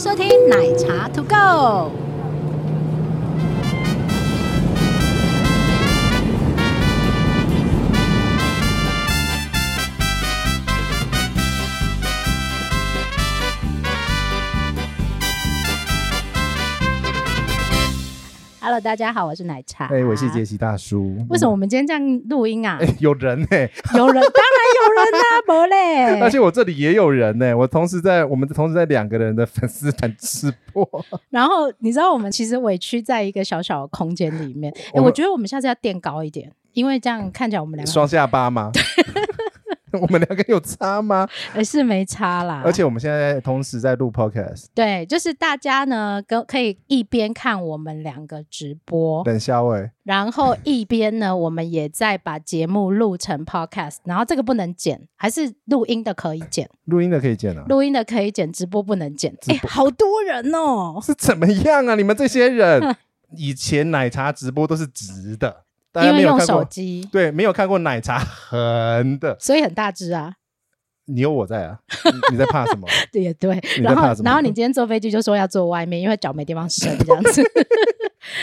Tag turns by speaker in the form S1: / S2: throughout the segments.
S1: 收听奶茶 To Go。Hello，大家好，我是奶茶。
S2: 哎、我是杰。西大叔。
S1: 啊
S2: 嗯
S1: 为什么我们今天这样录音啊
S2: 哎、？有人呢、
S1: 有人，当然有人啦、啊，伯嘞。
S2: 而且我这里也有人呢、我同时在我们同时在两个人的粉丝团直播，
S1: 然后你知道，我们其实委屈在一个小小的空间里面。诶
S2: 我们
S1: 我觉得我们下次要垫高一点，因为这样看起来我们两个
S2: 双下巴吗？ 我们两个有差吗？
S1: 呃是没差啦。
S2: 而且我们现在同时在录 podcast，
S1: 对，就是大家呢，跟可以一边看我们两个直播，
S2: 冷笑哎、
S1: 然后一边呢，我们也在把节目录成 podcast。然后这个不能剪，还是录音的可以剪，
S2: 录音的可以见啊，
S1: 录音的可以剪，直播不能剪。
S2: 直
S1: 哎，
S2: 播
S1: 好多人哦。
S2: 是怎么样啊？你们这些人，以前奶茶直播都是直的，大家
S1: 因为
S2: 没有
S1: 用
S2: 看
S1: 手
S2: 过，
S1: 机，
S2: 对，没有看过奶茶横的，
S1: 所以很大只啊，
S2: 你有我在啊，你你在 怕什么？
S1: 对也对。
S2: 你在
S1: 然后
S2: 怕什，么
S1: 然后你今天坐飞机就说要坐外面，因为脚没地方伸这样子。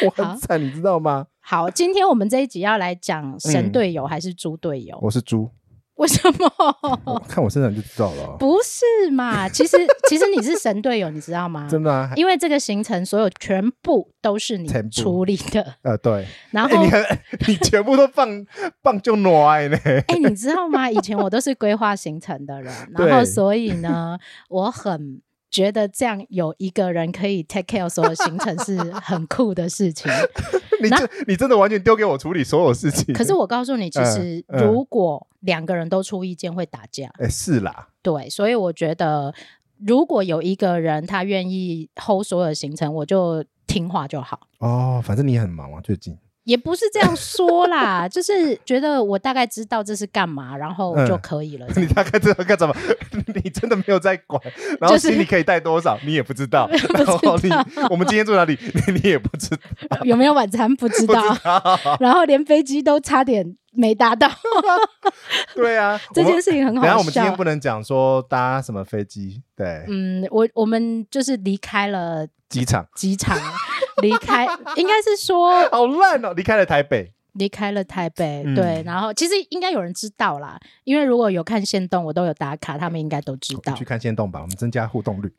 S2: 我
S1: 好
S2: 很惨，你知道吗？
S1: 好，今天我们这一集要来讲神
S2: 嗯
S1: 队友还是猪队友？
S2: 我是猪，
S1: 为什
S2: 我
S1: 么？
S2: 看我身上就知道了哦、
S1: 哦不是嘛？其实其实你是神队友，你知道吗？
S2: 真的啊，
S1: 因为这个行程所有全部都是你
S2: 全部
S1: 处理 的，
S2: 呃，对，
S1: 然
S2: 哎
S1: 后
S2: 你很 你全部都放放就暖呢，
S1: 哎、你知道吗？以前我都是规划行程的人，
S2: 对
S1: 然后所以呢，我很觉得这样有一个人可以 take care 所有行程是很酷的事情。
S2: 你这你真的完全丢给我处理所有事情。
S1: 可是，我告诉你，其实
S2: 嗯嗯
S1: 如果两个人都出意见会打架，
S2: 哎，是啦，
S1: 对，所以我觉得如果有一个人他愿意 hold 所有的行程，我就听话就好。
S2: 哦，反正你也很忙啊，最近。
S1: 也不是这样说啦，就是觉得我大概知道这是干嘛，然后就
S2: 嗯
S1: 可以 了。
S2: 你大概知道干什么？ 你真的没有在管，然后
S1: 就是
S2: 心里可以带多少，你也不知 道。然后你，我们今天住哪里， 你你也不知道。
S1: 有没有晚餐不知道，然后连飞机都差点没搭到，
S2: 对啊，
S1: 这
S2: 我们
S1: 件事情很
S2: 等一下
S1: 好
S2: 我们今天
S1: 笑
S2: 不。能讲说搭什么飞机，对，
S1: 嗯，我我们就是离开了
S2: 机场
S1: 机场，离 开应该是说
S2: 好烂哦，离开了台北，
S1: 离开了台北，
S2: 嗯
S1: 对，然后其实应该有人知道啦，因为如果有看线动，我都有打卡，他们应该都知道
S2: 去。看线动吧，我们增加互动率。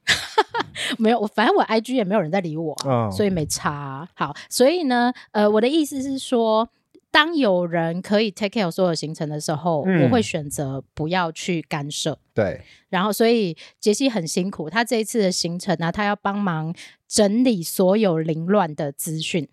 S1: 没有，我反正我 IG 也没有人在理我啊、
S2: 嗯，
S1: 所以没差啊、好，所以呢，呃，我的意思是说，当有人可以 take care 所有行程的时候，
S2: 嗯
S1: 我会选择不要去干涉。
S2: 对，
S1: 然后，所以杰西很辛苦，他这一次的行程呢、他要帮忙整理所有凌乱的资讯，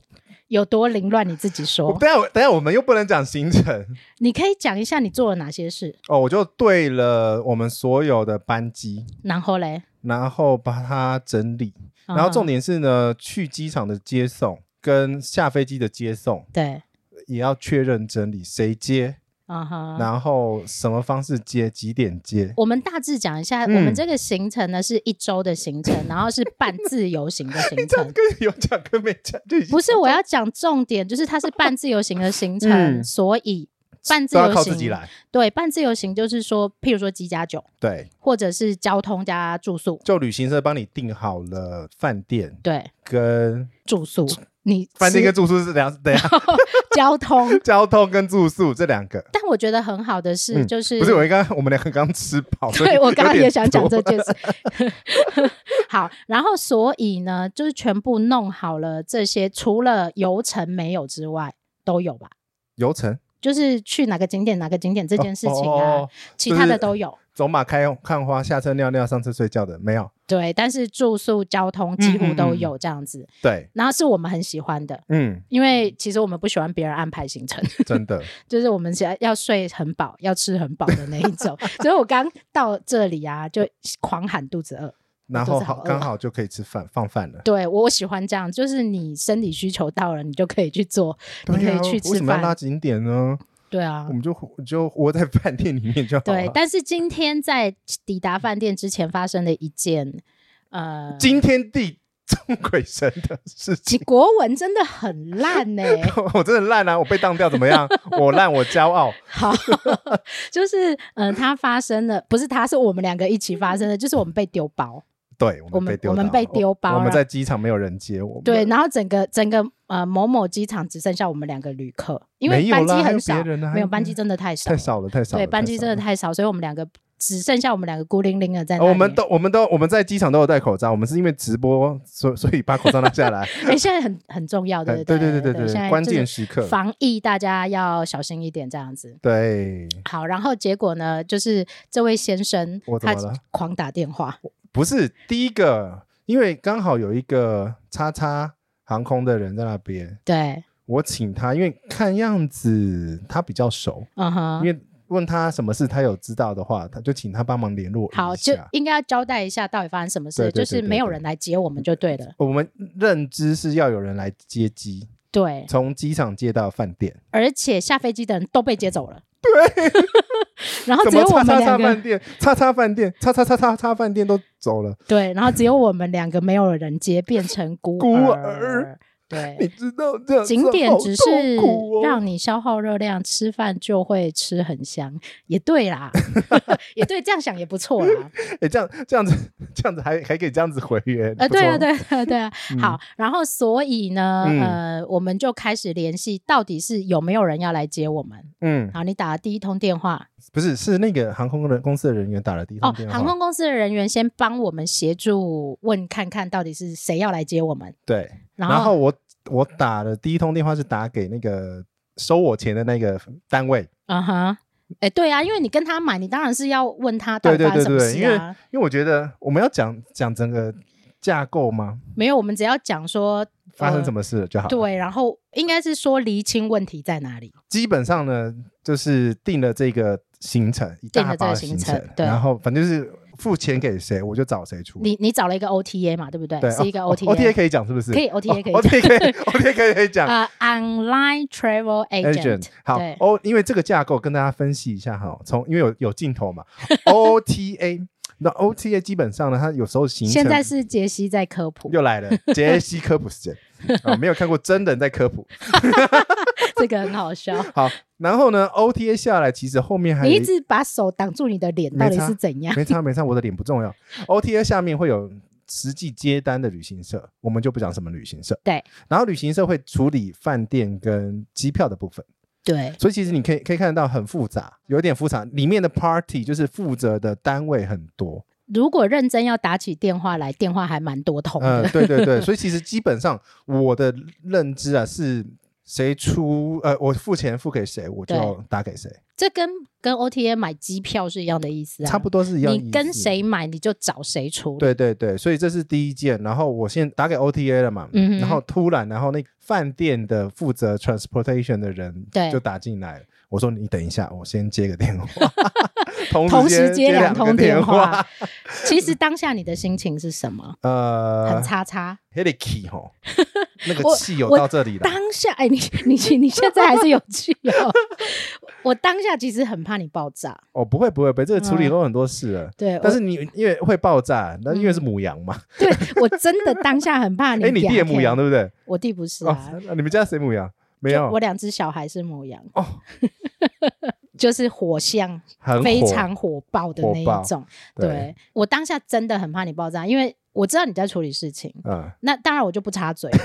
S1: 有多凌乱你自己
S2: 我
S1: 说。
S2: 等一下我等一下我们又不能讲行程，
S1: 你可以讲一下你做了哪些事，
S2: 哦，我就对了我们所有的班机，
S1: 然后嘞，嗯
S2: 然后把它整理。然后重
S1: 点
S2: 点是呢，去机场的接送跟下飞机的接送
S1: 对，
S2: 也要确认整理，谁接，
S1: 啊哈。
S2: 然后什么方式接，几点接。
S1: 我们大致讲一下，
S2: 嗯
S1: 我们这个行程呢是一周的行 程，然后是半自由行的行程。
S2: 跟有讲跟没讲就已经
S1: 不是，我要讲重点，就是它是半自由行的行程，
S2: 嗯
S1: 所以半自
S2: 都要
S1: 由
S2: 靠
S1: 行
S2: 自己来。
S1: 对半自由行就是说，譬如说机加酒，
S2: 对，
S1: 或者是交通加住宿，
S2: 就旅行社帮你订好了饭店
S1: 对
S2: 跟
S1: 住宿，你
S2: 饭店
S1: 吃
S2: 跟住宿是两，等 一下
S1: 交通。
S2: 交通跟住宿这两个。
S1: 但我觉得很好的是，
S2: 嗯
S1: 就是、
S2: 不是，我刚刚我们两个刚吃饱，哦所以
S1: 对我刚
S2: 有
S1: 刚
S2: 点
S1: 也想讲
S2: 多
S1: 这 件事。好，然后所以呢，就是全部弄好了这些，除了游程没有之外，都有吧？
S2: 游程
S1: 就是去哪个景点、哪个景点这
S2: 这
S1: 件事情啊，其
S2: 哦就是
S1: 他的都有。
S2: 走马开看花，下车尿尿，上车睡觉的没有？
S1: 对，但是住宿、交
S2: 嗯
S1: 通几乎都有这样子，
S2: 对，
S1: 然后是我们很喜欢的，
S2: 嗯，
S1: 因为其实我们不喜欢别人安排行程，
S2: 真的，
S1: 就是我们想要睡很饱，要吃很饱的那一种。 所以我刚到这里啊，就狂喊肚子饿。
S2: 然后
S1: 肚子好
S2: 好
S1: 饿
S2: 刚好就可以吃饭放饭了。
S1: 对我我喜欢这样，就是你生理需求到了，你就可以去做，你可
S2: 对
S1: 以
S2: 啊
S1: 去
S2: 为
S1: 吃
S2: 什么要拉
S1: 饭。
S2: 景点呢？
S1: 对啊
S2: 我，啊们就就窝在饭店里面就好
S1: 对
S2: 了。。
S1: 但是今天在抵达饭店之前发生的一件，呃，
S2: 惊天地众鬼神的事情，
S1: 国文真的很 烂呢、
S2: 我真的烂啊！我被当掉怎么样？我烂，我骄傲。
S1: 好， 就是嗯、呃，它发生了，不是它是我们两个一起发生的，就是我们被丢包。
S2: 对，
S1: 我
S2: 我
S1: 们
S2: 们被丢
S1: 我
S2: 到了，
S1: 们被丢包
S2: 我，我们
S1: 然
S2: 在机场没有人接我们，
S1: 对，，然后整个整个呃某某机场只剩下我们两个旅客，因
S2: 没
S1: 为
S2: 有
S1: 班机
S2: 啦还有
S1: 很
S2: 别
S1: 少，
S2: 人啊还
S1: 没
S2: 有
S1: 有班
S2: 别
S1: 机
S2: 人
S1: 真的太少，
S2: 太少了，太少了，
S1: 对，班机
S2: 太少
S1: 真的
S2: 了。
S1: 太少，所以我们两个只剩下我们两个孤零零的在那
S2: 哦
S1: 里。
S2: 我们都，我们都，我们在机场都有戴口罩。我们是因为直播，所所以把口罩拿 下来。
S1: 哎、现在很很重要，对
S2: 对
S1: 不
S2: 对
S1: 对对
S2: 对对
S1: 现在
S2: 关
S1: 就是
S2: 键时刻，
S1: 防疫大家要小心一点，这样子。
S2: 对，
S1: 好，然后结果呢，就是这位先生
S2: 我怎
S1: 他
S2: 么了
S1: 狂打电话，
S2: 不是第一个，因为刚好有一个叉叉航空的人在那边，
S1: 对，
S2: 我请他，因为看样子他比较熟，
S1: 嗯哼，
S2: 因为问他什么事，他有知道的话，他就请他帮忙联络一下。
S1: 好，就应该要交代一下到底发生什么事，
S2: 对对对
S1: 就是没有人来接我们就对了。
S2: 我们认知是要有人来接机，
S1: 对，
S2: 从机场接到饭店，
S1: 而且下飞机的人都被接走了。对， 然后啊只
S2: 怎么
S1: 有我
S2: 叉
S1: 们
S2: 叉
S1: 两
S2: 叉
S1: 个
S2: 饭店、叉叉饭店、叉叉叉叉叉饭店都走了，
S1: 对，然后只有我们两个没有人接，变成孤
S2: 孤
S1: 儿
S2: 儿。你
S1: 对，
S2: 知道这样子
S1: 景点
S2: 好
S1: 只
S2: 痛
S1: 是
S2: 苦哦
S1: 让你消耗热量，吃饭就会吃很香，也对 啦，也对，这样想也不错啦。
S2: 哎，这样这样子这样子还还可以这样子回约，
S1: 呃，
S2: 不
S1: 对啊，
S2: 错哦
S1: 对啊对啊 对啊。好，然后所以呢，
S2: 嗯
S1: 呃，我们就开始联系，到底是有没有人要来接我们？
S2: 嗯，
S1: 好，你打了第一通电话
S2: 不是是那个航空的公司的人员打了第一通
S1: 哦
S2: 电，话，
S1: 航空公司的人员先帮我们协助问看看到底是谁要来接我们，
S2: 对，
S1: 然
S2: 然
S1: 后
S2: 后我我打的第一通电话是打给那个收我钱的那个单位，
S1: 嗯哼，哎，对啊，因为你跟他买，你当然是要问他到底
S2: 对
S1: 发生
S2: 对
S1: 什么
S2: 对对
S1: 事啊。
S2: 因为我觉得我们要讲讲整个架构吗？
S1: 没有，我们只要讲说
S2: 发生什
S1: 么、
S2: 么事了就好
S1: 呃
S2: 了。
S1: 对，然后应该是说厘清问题在哪里。
S2: 基本上呢，就是定了这个行程，一大包的行
S1: 定了这个行程对
S2: 然后反正就是付钱给谁，我就找谁出。
S1: 你你找了一个 OTA 嘛，对不对？
S2: 对
S1: 是一个
S2: 哦
S1: OTA，,、
S2: OTA 可以讲是不是？
S1: 可以 OTA 可以
S2: 哦 o t a 可以 OTA 可以可 以讲。
S1: 呃，online travel agent，
S2: 好
S1: 对
S2: 哦，因为这个架构跟大家分析一下哈，从因为有有镜头嘛 ，OTA，那 OTA 基本上呢，它有时候行程
S1: 现在是杰西在科普，
S2: 又来了，杰西科普时间啊、没有看过真人在科普。
S1: 这个很好笑。
S2: 好，然后呢，OTA 下来，其实后面还
S1: 你
S2: 有
S1: 一
S2: 一
S1: 直把手挡住你的脸，
S2: 没
S1: 到底
S2: 差
S1: 是怎样？
S2: 没差没差，我的脸不重要。OTA 下面会有实际接单的旅行社，我们就不讲什么旅行社。
S1: 对，
S2: 然后旅行社会处理饭店跟机票的部分。
S1: 对，
S2: 所以其实你可以可以看得到很复杂，有点复杂。里面的 party 就是负责的单位很多，
S1: 如果认真要打起电话来，电话还蛮多通
S2: 嗯、
S1: 的。
S2: 对对对。所以其实基本上我的认知啊是谁出呃我付钱付给谁，我就
S1: 对
S2: 打给谁，
S1: 这跟跟 OTA 买机票是一样的意思啊，
S2: 差不多是一样意思。
S1: 你跟谁买，你就找谁出。
S2: 对对对，所以这是第一件。然后我现在打给 OTA 了嘛，
S1: 嗯哼
S2: 然后突然，然后那饭店的负责 transportation 的人
S1: 对
S2: 就打进来了，我说你等一下，我先接个 电话，同
S1: 同
S2: 时
S1: 时接两
S2: 个
S1: 通电
S2: 话，
S1: 话， 其实当下你的心情是什么？
S2: 呃，
S1: 很差差。
S2: 有点气 吼，那个
S1: 我
S2: 气有
S1: 我
S2: 到这里了。
S1: 当下，哎，你你你你现在还是有气哦。 我当下其实很怕你爆炸，
S2: 哦，不会不会不会，这个处理
S1: 嗯
S2: 过很多事了。
S1: 对，
S2: 但是你因为会爆炸，那因为是母羊嘛。
S1: 我对我真的当下很怕嗯你。
S2: 哎，你弟也母羊，对不对？
S1: 我弟不是
S2: 哦
S1: 啊，，
S2: 你们家谁母羊？没
S1: 就
S2: 有
S1: 我，两只小孩是母羊
S2: 哦，
S1: 就是火象，
S2: 很
S1: 非
S2: 火
S1: 常火爆的那
S2: 火爆
S1: 一种。
S2: 对
S1: 对我当下真的很怕你爆炸，因为我知道你在处理事情，
S2: 嗯。
S1: 那当然我就不插嘴 了。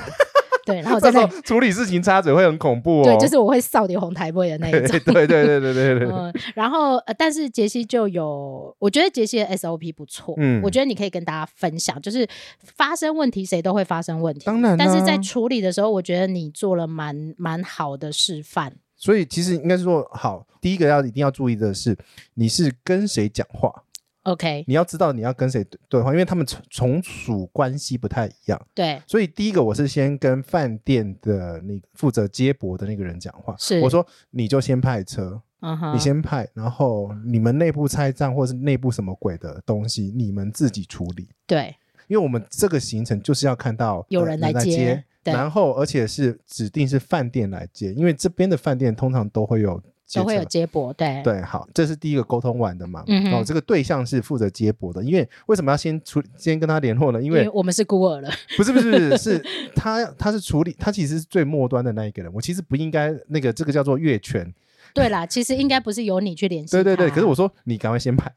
S1: 对，然后我
S2: 这
S1: 哦在
S2: 时
S1: 那
S2: 候
S1: 里，
S2: 处理事情插嘴会很恐怖哦。
S1: 对， 就是我会扫你红台背的那一
S2: 对
S1: 种。
S2: 对对对对对对对，
S1: 嗯，然后呃，但是杰西就有，我觉得杰西的 SOP 不错，
S2: 嗯
S1: 我觉得你可以跟大家分享，就是发生问题谁都会发生问题，
S2: 当然啊
S1: 但是
S2: 啦
S1: 在处理的时候，我觉得你做了蛮蛮好的示范，
S2: 所以其实应该是说，好，第一个要一定要注意的是，你是跟谁讲话，
S1: OK，
S2: 你要知道你要跟谁对对话，因为他们从从属关系不太一样。
S1: 对，
S2: 所以第一个我是先跟饭店的那个负责接驳的那个人讲话，
S1: 是
S2: 我说你就先派车，
S1: 嗯哼，
S2: 你先派，然后你们内部拆账或是内部什么鬼的东西，你们自己处理，
S1: 对
S2: 因为我们这个行程就是要看到
S1: 有
S2: 呃
S1: 人
S2: 人
S1: 来
S2: 来
S1: 接对
S2: 然后而且是指定是饭店来接，因为这边的饭店通常都会有接
S1: 都会有
S2: 车
S1: 接驳，对，
S2: 对，好，这是第一个沟通完的嘛。
S1: 嗯哼
S2: 哦，这个对象是负责接驳的，因为为什么要先处先跟他联络呢？因
S1: 因
S2: 为
S1: 为我们是孤儿了，
S2: 不是不是不是，是他他是处理他其实是最末端的那一个人。我其实不应该那个这个叫做越权，
S1: 对啦，其实应该不是由你去联系，
S2: 对对对。可是我，说你赶快先排，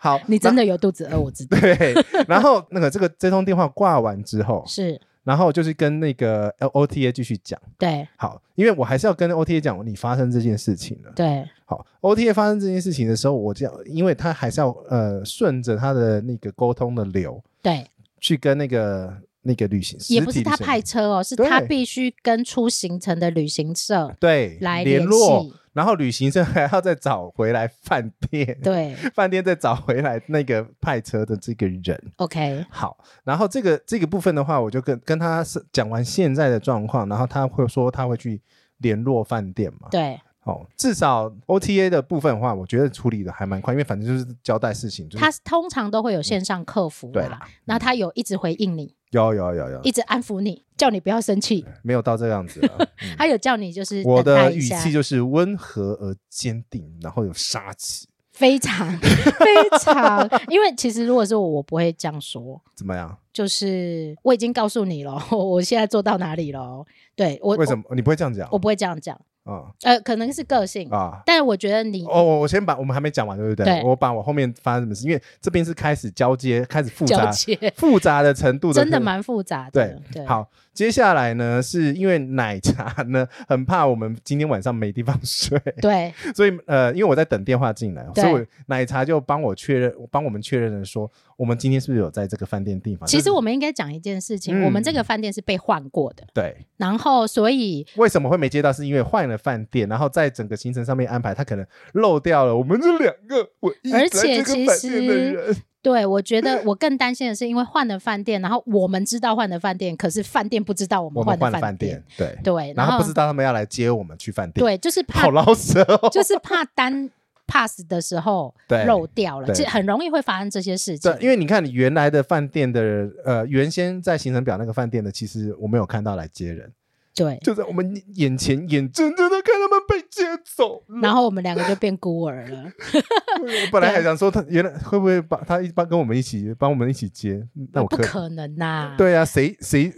S2: 好，
S1: 你真的有肚子饿，我知 道
S2: 那。对。然后那个这个这通电话挂完 之后，
S1: 是，
S2: 然后就是跟那个 L O T A 继续讲。
S1: 对
S2: 好，因为我还是要跟 O T A 讲你发生这件事情了。
S1: 对，
S2: 好，O T A 发生这件事情的时候，我这样，因为他还是要呃顺着他的那个沟通的流
S1: 对，
S2: 去跟那个那个旅行，
S1: 也
S2: 实
S1: 不
S2: 体
S1: 是他
S2: 旅行
S1: 派车哦，是他
S2: 对
S1: 必须跟出行程的旅行社
S2: 对
S1: 来
S2: 联
S1: 系。
S2: 络，然后旅行社还要再找回来饭店，
S1: 对
S2: 饭店再找回来那个派车的这个人。
S1: ，OK，
S2: 好，然后这个这个部分的话，我就跟跟他是讲完现在的状况，然后他会说他会去联络饭店嘛。
S1: 对
S2: 哦，至少 OTA 的部分的话，我觉得处理的还蛮快，因为反正就是交代事情，就是嗯
S1: 他通常都会有线上客服
S2: 对嗯
S1: 啦，那他有一直回应你，
S2: 有有有有
S1: 一直安抚你，叫你不要生气，
S2: 没有到这样 子了。嗯
S1: 他有叫你就是
S2: 我
S1: 等待
S2: 的
S1: 一
S2: 语
S1: 下
S2: 气就是温和而坚定，然后有杀气，
S1: 非常非常，因为其实如果是我，我不会这样说。
S2: 怎么样？
S1: 就是我已经告诉你了，我现在做到哪里了？哦对我
S2: 为什么你不会这样讲
S1: 我？我不会这样讲，
S2: 啊
S1: 呃，可能是个性，
S2: 啊！
S1: 但我觉得你
S2: 哦，我我先把我们还没讲完，对不对？
S1: 对
S2: 我把我后面发生什么事，因为这边是开始交接，开始复
S1: 交
S2: 杂
S1: 接
S2: 复杂的程度的，
S1: 真的？蛮复杂
S2: 对
S1: 的。对，
S2: 好，接下来呢，是因为奶茶呢很怕我们今天晚上没地方睡，
S1: 对
S2: 所以呃，因为我在等电话进来，
S1: 对
S2: 所以我奶茶就帮我确认，帮我们确认了说，我们今天是不是有在这个饭店订房？
S1: 其实
S2: 就是
S1: 我们应该讲一件事情，
S2: 嗯
S1: 我们这个饭店是被换过的，
S2: 对
S1: 然后所以
S2: 为什么会没接到，是因为换了饭店，然后在整个行程上面安排，他可能漏掉了我们这两个我一直
S1: 而
S2: 在
S1: 且
S2: 这
S1: 其
S2: 个饭店的
S1: 实
S2: 人，
S1: 对我觉得我更担心的是，因为换了饭店，然后我们知道换了饭店，可是饭店不知道我
S2: 我
S1: 们
S2: 们换
S1: 换
S2: 了
S1: 了
S2: 饭
S1: 饭
S2: 店
S1: 店，，
S2: 对，
S1: 对，
S2: 然
S1: 然
S2: 后
S1: 后
S2: 不知道他们要来接我们去饭店，
S1: 对，就是怕
S2: 好老舍哦，
S1: 就是怕 单 pass 的时候
S2: 对
S1: 漏掉了，
S2: 对
S1: 其实很容易会发生这些事情
S2: 对，。因为你看，你原来的饭店的，呃，原先在行程表那个饭店的，其实我没有看到来接人，
S1: 对，
S2: 就在我们眼前，眼睁睁的看他们被接走了。
S1: 然后我们两个就变孤儿了。
S2: 我本来还想说，他原来会不会把他一帮跟我们一起帮我们一起接？那我
S1: 不
S2: 可
S1: 可能呐、
S2: 对啊，谁谁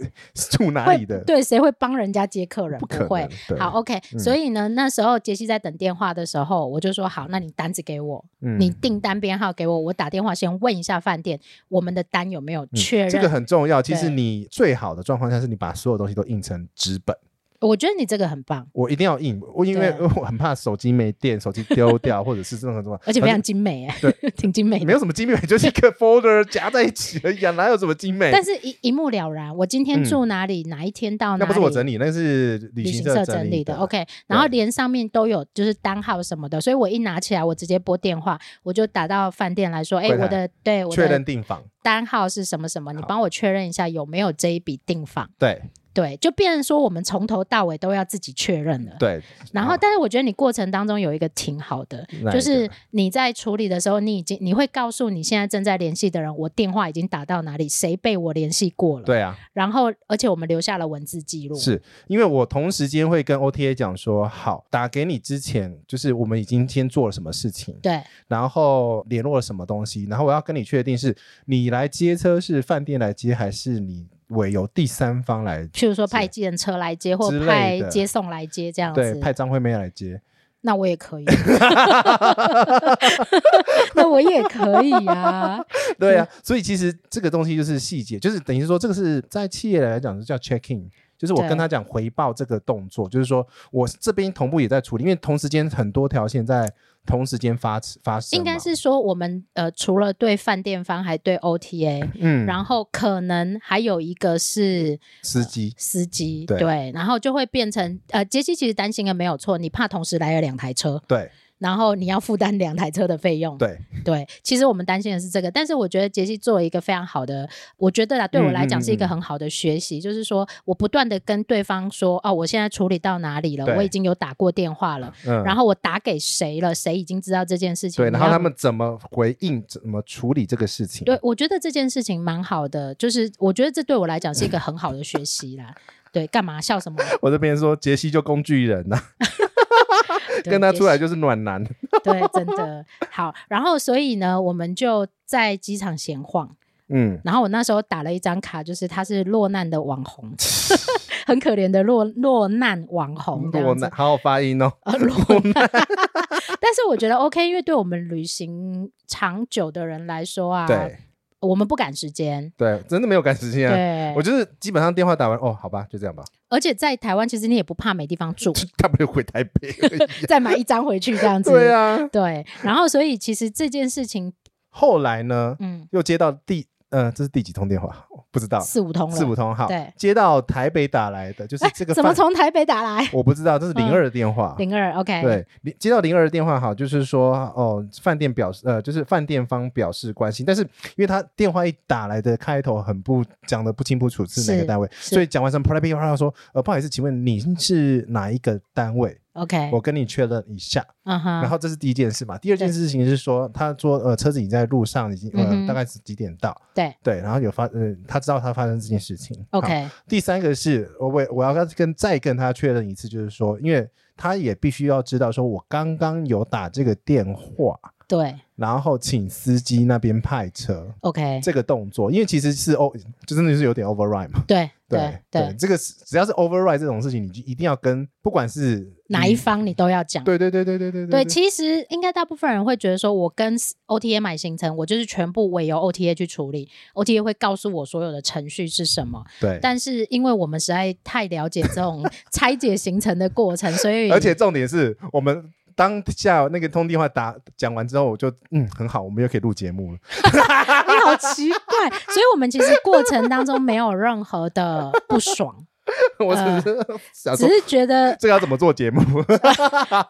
S2: 住哪
S1: 会
S2: 里的？
S1: 对，谁会帮人家接客人？
S2: 不
S1: 不
S2: 可能
S1: 会。。
S2: 对
S1: 好，，OK、
S2: 嗯
S1: 所以呢，那时候杰西在等电话的时候，我就说好，那你单子给我，
S2: 嗯
S1: 你订单编号给我，我打电话先问一下饭店，我们的单有没有确认？
S2: 嗯这个很重要。其实
S1: 对
S2: 你最好的状况下是你把所有东西都印成纸本。
S1: 我觉得你这个很棒，
S2: 我一定要印，我因为
S1: 对
S2: 我很怕手机没电，手机丢 掉，或者是这种什么，
S1: 而且非
S2: 反
S1: 常精美、欸， 挺精美
S2: 正
S1: 的。
S2: 没有什么精美， 就是一个 folder 夹在一起而已啊，哪有什么精美？
S1: 但是一一目了然，我今天住哪里，哪一天到哪里，
S2: 嗯那不是我整理，那是
S1: 旅
S2: 旅行
S1: 行
S2: 社
S1: 社
S2: 整
S1: 整
S2: 理
S1: 理的。OK，然后连上面都有就是单号什么的，所以我一拿起来，我直接拨电话，我就打到饭店来说，哎、
S2: 柜台
S1: 我的对我
S2: 确认
S1: 的
S2: 订房。
S1: 单号是什么什么，你
S2: 好
S1: 帮我确认一下有没有这一笔订房。
S2: 对
S1: 对，就变成说我们从头到尾都要自己确认了。
S2: 对，
S1: 然
S2: 好
S1: 后，但是我觉得你过程当中有一个挺好的，
S2: 哪一
S1: 就是
S2: 个
S1: 你在处理的时候，你已经你会告诉你现在正在联系的人，我电话已经打到哪里，谁被我联系过了。
S2: 对啊，
S1: 然后，而且我们留下了文字记录。
S2: 是因为我同时间会跟 OTA 讲说，好，打给你之前，就是我们已经先做了什么事情，
S1: 对
S2: 然后联络了什么东西，然后我要跟你确定是你来接车是饭店来接，还是你委由第三方来。
S1: 譬如说派计程车来接，或
S2: 之类
S1: 派
S2: 的
S1: 接送来接这样
S2: 对，
S1: 子，
S2: 派张惠妹来接，
S1: 那我也可 以， 那我也可以 啊。
S2: 对啊，所以其实这个东西就是细节，就是等于是说，这个是在企业来讲是叫 check in，就是我
S1: 对
S2: 跟他讲回报这个动作，就是说我这边同步也在处理，因为同时间很多条线在同时间发发生嘛，
S1: 应该是说我们呃，除了对饭店方，还对 OTA，
S2: 嗯，
S1: 然后可能还有一个是
S2: 司机
S1: 司机，
S2: 对
S1: 对，然后就会变成呃，杰西其实担心的没有错，你怕同时来了两台车，
S2: 对
S1: 然后你要负担两台车的费用，
S2: 对，
S1: 对，其实我们担心的是这个，但是我觉得杰西做了一个非常好的，我觉得啦，对我来讲是一
S2: 嗯嗯
S1: 个
S2: 嗯
S1: 很好的学习，就是说我不断的跟对方说，哦，我现在处理到哪里了，
S2: 对
S1: 我已经有打过电话了，
S2: 嗯，
S1: 然后我打给谁了，谁已经知道这件事情，
S2: 对，
S1: 你
S2: 然后
S1: 要
S2: 他们怎么回应，怎么处理这个事情？
S1: 对，我觉得这件事情蛮好的，就是我觉得这对我来讲是一个很好的学习啦。对，干嘛笑什么？
S2: 我这边说杰西就工具人呐、
S1: 对
S2: 跟他
S1: 杰
S2: 出来
S1: 西
S2: 就是暖男，
S1: 对，真的好。然后所以呢，我们就在机场闲晃，
S2: 嗯，
S1: 然后我那时候打了一张卡，就是他是落难的网红， 很可怜的落落难网红这
S2: 落
S1: 样子
S2: 难，。好好发音哦，
S1: 呃，落难， 但是我觉得 OK，因为对我们旅行长久的人来说啊，
S2: 对
S1: 我们不赶时间。
S2: 对，真的没有赶时间啊。
S1: 对
S2: 我，就是基本上电话打完，哦，好吧，就这样吧，
S1: 而且在台湾，其实你也不怕没地方 住，
S2: 就大不了回 台北而已。
S1: 再买一张回去这样子。
S2: 对啊，
S1: 对然后所以其实这件事情，
S2: 后来呢，
S1: 嗯，
S2: 又接到第，呃，这是第几通电话？不知道，
S1: 四五通了，
S2: 啊四五通号，
S1: 对
S2: 接到台北打来的，就是
S1: 哎，
S2: 这个
S1: 怎么
S2: 饭
S1: 从台北打来？
S2: 我不知道，这是
S1: 嗯
S2: 零二的电话。
S1: 零二，OK，，
S2: 对，零接到零二的电话哈，就是说哦，饭店表示呃，就是饭店方表示关心，但是因为他电话一打来的开头很不讲的不清不楚是哪
S1: 是
S2: 个单位，
S1: 是
S2: 所以讲完什么 p r i v a t 他说呃不好意思，请问您是哪一个单位？
S1: ，OK，
S2: 我跟你确认一下。
S1: 嗯哼，
S2: 然后这是第一件事嘛，第二件事情是说他说呃车子已经在路上，已经
S1: 嗯哼
S2: 呃大概是几点到？
S1: 对
S2: 对，然后有发呃他知道他发生这件事情。好
S1: OK，
S2: 第三个是我我我要跟再跟他确认一次，就是说，因为他也必须要知道，说我刚刚有打这个电话，
S1: 对
S2: 然后请司机那边派车
S1: ，OK，
S2: 这个动作，因为其实是 o 就真的是有点 override 嘛。
S1: 对
S2: 对
S1: 对，
S2: 这个是只要是 override 这种事情，你就一定要跟不管是
S1: 哪一？方你都要讲。
S2: 嗯对对对对对对
S1: 对，其实应该大部分人会觉得说，我跟 OTA 买行程，我就是全部委由 OTA 去处理，OTA 会告诉我所有的程序是什么。
S2: 对。
S1: 但是因为我们实在太了解这种 拆解行程的过程，所以
S2: 而且重点是我们当下那个通电话打讲完之后，我就嗯很好，我们又可以录节目了。
S1: 你好奇怪，所以我们其实过程当中没有任何的不 爽，
S2: 我只是想
S1: 呃只
S2: 啊说，
S1: 是觉得
S2: 这个要怎么做节目？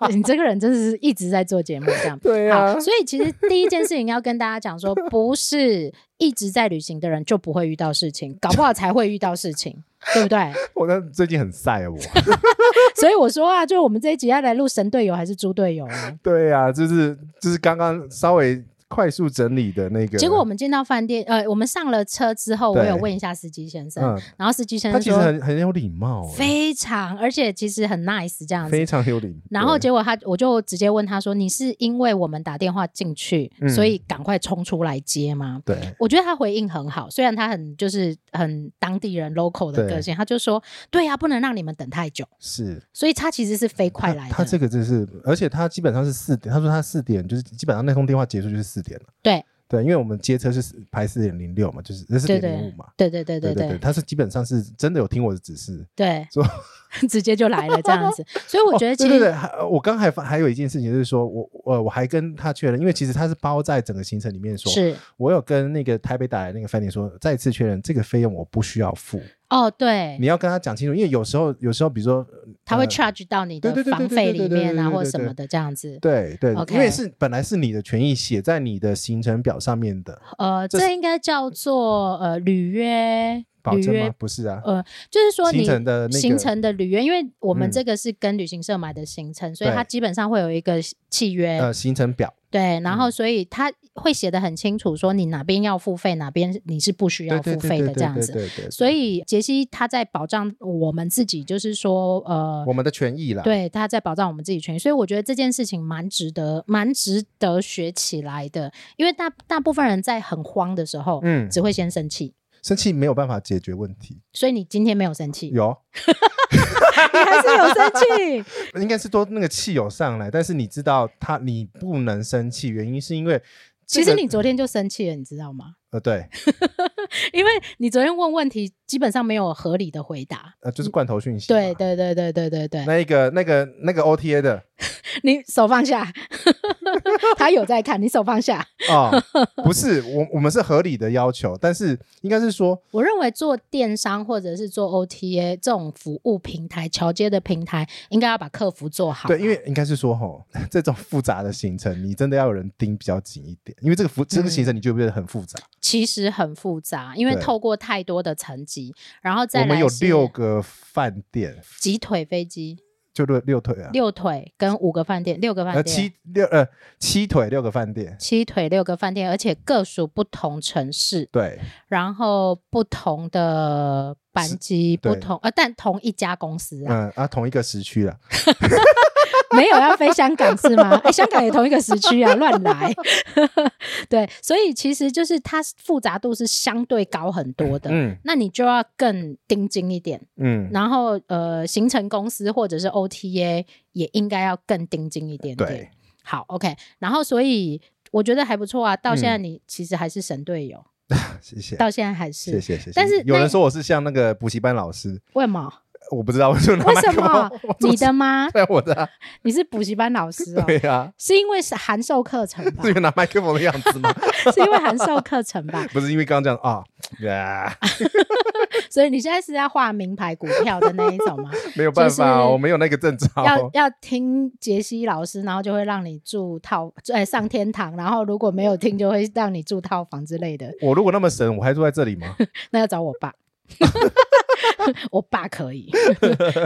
S1: 你这个人真的是一直在做节目这样。
S2: 对啊
S1: 好，所以其实第一件事情要跟大家讲说，不是一直在旅行的人就不会遇到事情，搞不好才会遇到事情， 对不对？
S2: 我那最近很晒啊，我。
S1: 所以我说啊，就是我们这一集要来录神队友还是猪队友啊？
S2: 对呀、就是就是刚刚稍微快速整理的那个，
S1: 结果我们进到饭店，呃，我们上了车之后，我
S2: 对
S1: 有问一下司机先生，
S2: 嗯，
S1: 然后司机先
S2: 他
S1: 生
S2: 其实
S1: 说
S2: 很很有礼貌、欸，
S1: 非常，而且其实很 nice 这样子。
S2: 非常有礼。
S1: 然后
S2: 对
S1: 结果他，我就直接问他说：“你是因为我们打电话进去，
S2: 嗯
S1: 所以赶快冲出来接吗？”
S2: 对
S1: 我觉得他回应很好，虽然他很就是很当地人 local 的
S2: 对
S1: 个性，他就说：“对啊呀、不能让你们等太久。
S2: 是”
S1: 所以他其实是飞快来的。
S2: 他他这个真是，而且他基本上是四点，他说他四点就是基本上那通电话结束就是四点了。
S1: 对
S2: 对，因为我们接车是排四点零六嘛，就是那四
S1: 对
S2: 点
S1: 对
S2: 零五嘛。
S1: 对对对
S2: 对
S1: 对
S2: 对，
S1: 对
S2: 他是基本上是真的有听我的指示。
S1: 对
S2: 说，
S1: 直接就来了这样 子。所以我觉得
S2: 哦
S1: 其
S2: 对对
S1: 实
S2: 对，还我刚还发还有一件事情就是说，我呃我我还跟他确认，因为其实他是包在整个行程里面说，
S1: 是
S2: 我有跟那个台北打来那个饭店说，再次确认这个费用我不需要付，
S1: 哦，对
S2: 你，要跟他讲清楚，因为有时候有时候比如说
S1: 他会
S2: 呃
S1: charge 到你的
S2: 对对对对
S1: 房费
S2: 对
S1: 里
S2: 对对
S1: 面啊，
S2: 对对
S1: 或者什
S2: 对
S1: 么的这样子。
S2: 对对
S1: OK
S2: 因为是本来是你的权益写在你的行程表上面的，
S1: 呃，
S2: 这
S1: 这应该叫做呃履约，
S2: 保
S1: 履
S2: 证吗
S1: 约？
S2: 不是啊，
S1: 呃，就是说
S2: 行
S1: 你
S2: 程的那个
S1: 行程的履约，因为我们
S2: 嗯
S1: 这个是跟旅行社买的行程，所以
S2: 对
S1: 它基本上会有一个契约，
S2: 呃行程表，
S1: 对，然
S2: 嗯
S1: 后所以它会写的很清楚，说你哪边要付费，哪边你是不需
S2: 对
S1: 要
S2: 对
S1: 付
S2: 对
S1: 费
S2: 对
S1: 的
S2: 对
S1: 这样
S2: 对
S1: 子。
S2: 对对，
S1: 所以杰西他在保障我们自己，就是说，呃
S2: 我，们的权益啦，
S1: 对，他在保障我们自己权益，所以我觉得这件事情蛮值得，蛮值得学起来的。因为大大部分人在很慌的时候，
S2: 嗯，
S1: 只会先生气，
S2: 生气没有办法解决问题，
S1: 所以你今天没有生气，你
S2: 有
S1: 还是有生气。
S2: 应该是多那个气有上来，但是你知道他你不能生气，原因是因为
S1: 其
S2: 这
S1: 实
S2: 个
S1: 你昨天就生气了，你知道吗？
S2: 呃对
S1: 因为你昨天问问题，基本上没有合理的回答。
S2: 呃就是罐头讯息嘛，
S1: 对对对对对对对，
S2: 那一个那个那个 OTA 的
S1: 你手放 下，他有在看，你手放下。
S2: 哦，不是我我们是合理的要求，但是应该是说
S1: 我认为做电商或者是做 OTA 这种服务平台、桥接的平台，应该要把客服做好。
S2: 对，因为应该是说吼， 这种复杂的行程，你真的要有人盯比较紧一点，因为这个复这个行
S1: 嗯
S2: 程你觉不觉得很复杂？
S1: 其实很复杂，因为
S2: 对
S1: 透过太多的层级，然后再
S2: 我们
S1: 来
S2: 有
S1: 是
S2: 六个饭店，
S1: 几腿飞机，
S2: 就六六腿啊，
S1: 六腿跟五个饭店，六个饭
S2: 呃
S1: 店，
S2: 七六呃七腿六个饭店，
S1: 七腿六个饭店，而且各属不同城市，
S2: 对
S1: 然后不同的班机，
S2: 对
S1: 不同呃，但同一家公司啊，
S2: 嗯啊同一个时区了，
S1: 没有要飞香港是吗？哎，香港也同一个时区啊，乱来。 对，所以其实就是它复杂度是相对高很多的，
S2: 嗯
S1: 那你就要更盯紧一点。
S2: 嗯，
S1: 然后呃，行程公司或者是 OTA 也应该要更盯紧一点
S2: 对
S1: 点。好，OK。然后所以我觉得还不错啊，到现在
S2: 嗯
S1: 你其实还是神队友，
S2: 谢谢，
S1: 到现在还
S2: 谢谢，
S1: 是。
S2: 谢谢。
S1: 但是
S2: 有
S1: 那
S2: 人说我是像那个补习班老师，
S1: 为毛？
S2: 我不知道为什么拿
S1: 为
S2: 麦
S1: 什
S2: 克风，
S1: 么
S2: 我
S1: 你的吗？
S2: 对我 的啊，
S1: 你是补习班老师哦？
S2: 对呀，
S1: 是因为是函授课程吧
S2: 是？因为拿麦克风的样子吗？
S1: 是因为函授课程吧？
S2: 不是因为刚刚讲啊，呀
S1: 所以你现在是在画名牌股票的那一种 吗？
S2: 没有办法， 哦
S1: 就是
S2: 我没有那个证
S1: 要
S2: 照。
S1: 要听杰西老师，然后就会让你住套，哎，上天堂。然后如果没有听，就会让你住套房之类的。
S2: 我如果那么神，我还住在这里吗？
S1: 那要找我爸， 我爸可以。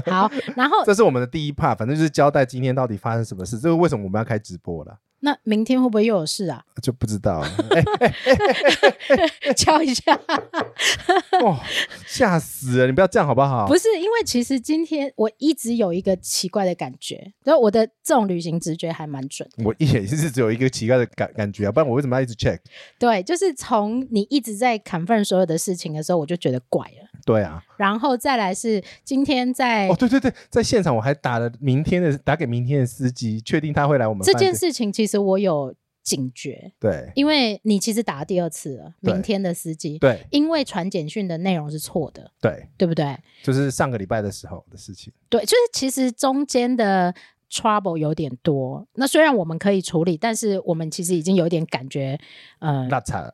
S1: 好，然后
S2: 这是我们的第一 part，反正就是交代今天到底发生什么事。这是为什么我们要开直播了，
S1: 那明天会不会又有事啊？
S2: 就不知道了。 哎、
S1: 敲一下，
S2: 哦，吓死了！你不要这样好不好？
S1: 不是因为其实今天我一直有一个奇怪的感觉，就我的这种旅行直觉还蛮准。
S2: 我也是只有一个奇怪的感感觉啊，不然我为什么要一直 check？
S1: 对，就是从你一直在 confirm 所有的事情的时候，我就觉得怪了。
S2: 对啊，
S1: 然后再来是今天在
S2: 哦对对对，在现场我还打了明天的打给明天的司机，确定他会来我们
S1: 这
S2: 饭
S1: 件
S2: 店。
S1: 事情，其实我有警觉，
S2: 对
S1: 因为你其实打了第二次了。
S2: 对
S1: 明天的司机，
S2: 对
S1: 因为传简讯的内容是错的，
S2: 对，
S1: 对不对？
S2: 就是上个礼拜的时候的事情。
S1: 对，就是其实中间的 trouble 有点多。那虽然我们可以处理，但是我们其实已经有点感觉，呃，
S2: 那惨了，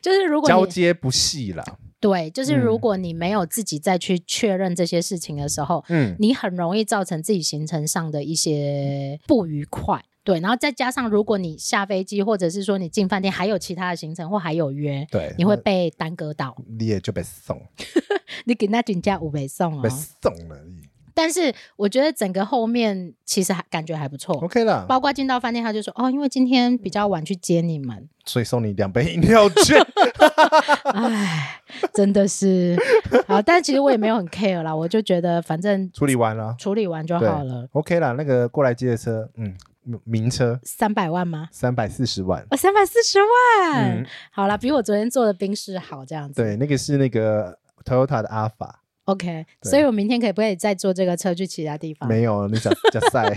S1: 就是如果
S2: 交
S1: 你
S2: 接不细了。
S1: 对，就是如
S2: 嗯
S1: 果你没有自己再去确认这些事情的时候，
S2: 嗯，
S1: 你很容易造成自己行程上的一些不愉快。对，然后再加上，如果你下飞机，或者是说你进饭店还有其他的行程或还有约，
S2: 对，
S1: 你会被耽搁到。
S2: 你也就被送，
S1: 你给那人家五倍送哦
S2: 被。送了而已。
S1: 但是我觉得整个后面其实还感觉还不错，
S2: OK 啦，
S1: 包括进到饭店，他就说哦，因为今天比较晚去接你 们，
S2: 所以送你两杯饮料券。
S1: 唉，真的是好。但其实我也没有很 care 啦，我就觉得反正
S2: 处理完了
S1: 处理完就
S2: 对
S1: 好了。
S2: ，OK 啦，那个过来接的车，嗯，名名车
S1: 三百万吗？
S2: 三百四十万。
S1: 我三百四十万，
S2: 嗯，
S1: 好啦，比我昨天做的冰室好这样子。
S2: 对，那个是那个 Toyota 的 Alpha，
S1: OK，
S2: 对
S1: 所以我明天可不可以再坐这个车去其他地方？
S2: 没有那叫叫赛，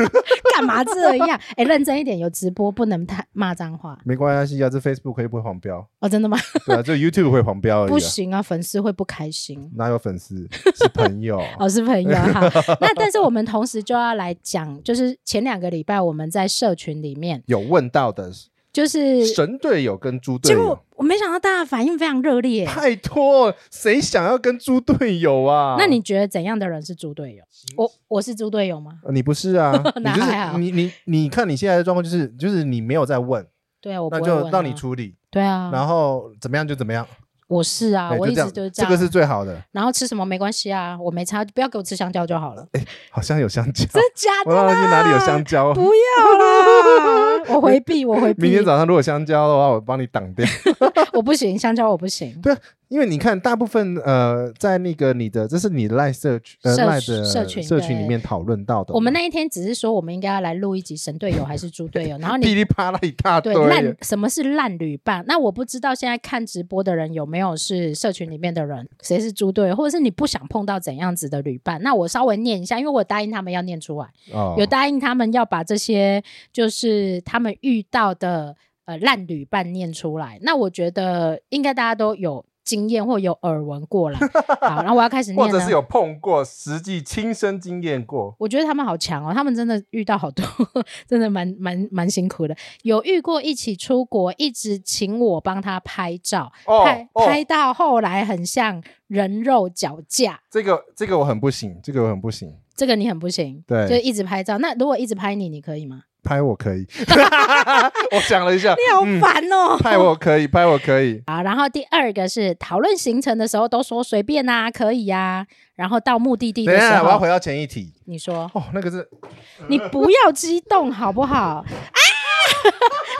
S1: 干嘛这样？哎、认真一点，有直播不能太骂脏话
S2: 没关系啊，这 Facebook 会不会黄标？
S1: 哦，真的吗？
S2: 对啊，就 YouTube 会黄标 而
S1: 不
S2: 已、啊。
S1: 行啊，粉丝会不开心。
S2: 哪有粉丝是朋友？
S1: 哦，是朋友 哈。那但是我们同时就要来讲，就是前两个礼拜我们在社群里面，
S2: 有问到的
S1: 就是
S2: 神队友跟猪队
S1: 结
S2: 友
S1: 果，我没想到大家反应非常热烈。欸
S2: 拜托，谁想要跟猪队友啊？
S1: 那你觉得怎样的人是猪队友？我我是猪队友吗？
S2: 呃你不 是啊？你
S1: 那
S2: 就
S1: 还好
S2: 是你你你看你现在的状况就是就是你没有在问，
S1: 对啊，我不
S2: 那
S1: 会
S2: 就
S1: 问
S2: 让你
S1: 啊。
S2: 处理，
S1: 对啊，
S2: 然后怎么样就怎么样，
S1: 我是啊，
S2: 对
S1: 我一
S2: 哎就
S1: 直就是
S2: 这个
S1: 样
S2: 是最好的。
S1: 然后吃什么没关系啊，我没差，不要给我吃香蕉就好了。
S2: 好像有香蕉，
S1: 真 假
S2: 我
S1: 的啊
S2: 忘
S1: 啦？
S2: 记哪里有香蕉。
S1: 不要 啦，我回避，我回避。
S2: 明天早上如果香蕉的话，我帮你挡掉。
S1: 我不行，香蕉我不行。
S2: 因为你看，大部分呃，在那个你的，这是你赖社区呃
S1: 社
S2: 赖
S1: 区
S2: 的
S1: 社群
S2: 社群
S1: 对
S2: 里面讨论到的嘛，
S1: 我们那一天只是说我们应该要来录一集神队友还是猪队友，然后你
S2: 噼里啪啦一大堆
S1: 对，烂什么是烂旅伴？那我不知道现在看直播的人有没有是社群里面的人，谁是猪队友，或者是你不想碰到怎样子的旅伴？那我稍微念一下，因为我答应他们要念出来，
S2: 哦
S1: 有答应他们要把这些就是他们遇到的呃烂旅伴念出来。那我觉得应该大家都有经验或有耳闻过 啦。好，然后我要开始
S2: 或
S1: 念
S2: 者
S1: 了
S2: 是。有碰过，实际亲身经验过。
S1: 我觉得他们好强哦，他们真的遇到好多，真的蛮蛮蛮辛苦的。有遇过一起出国，一直请我帮他拍照，
S2: 哦
S1: 拍
S2: 哦
S1: 拍到后来很像人肉脚架。
S2: 这个这个我很不行，这个我很不行。
S1: 这个你很不行，
S2: 对
S1: 就一直拍照。那如果一直拍你，你可以吗？
S2: 拍我 可以， 我想了一下，
S1: 你好
S2: 嗯
S1: 烦哦、
S2: 拍我可以，拍我可以。
S1: 啊，然后第二个是讨论行程的时候都说随便啊，可以呀、然后到目的地
S2: 等
S1: 的
S2: 一
S1: 时
S2: 下，我要
S1: 候，
S2: 回到前一题。
S1: 你说
S2: 哦，那个是
S1: 你不要激动好不好？啊，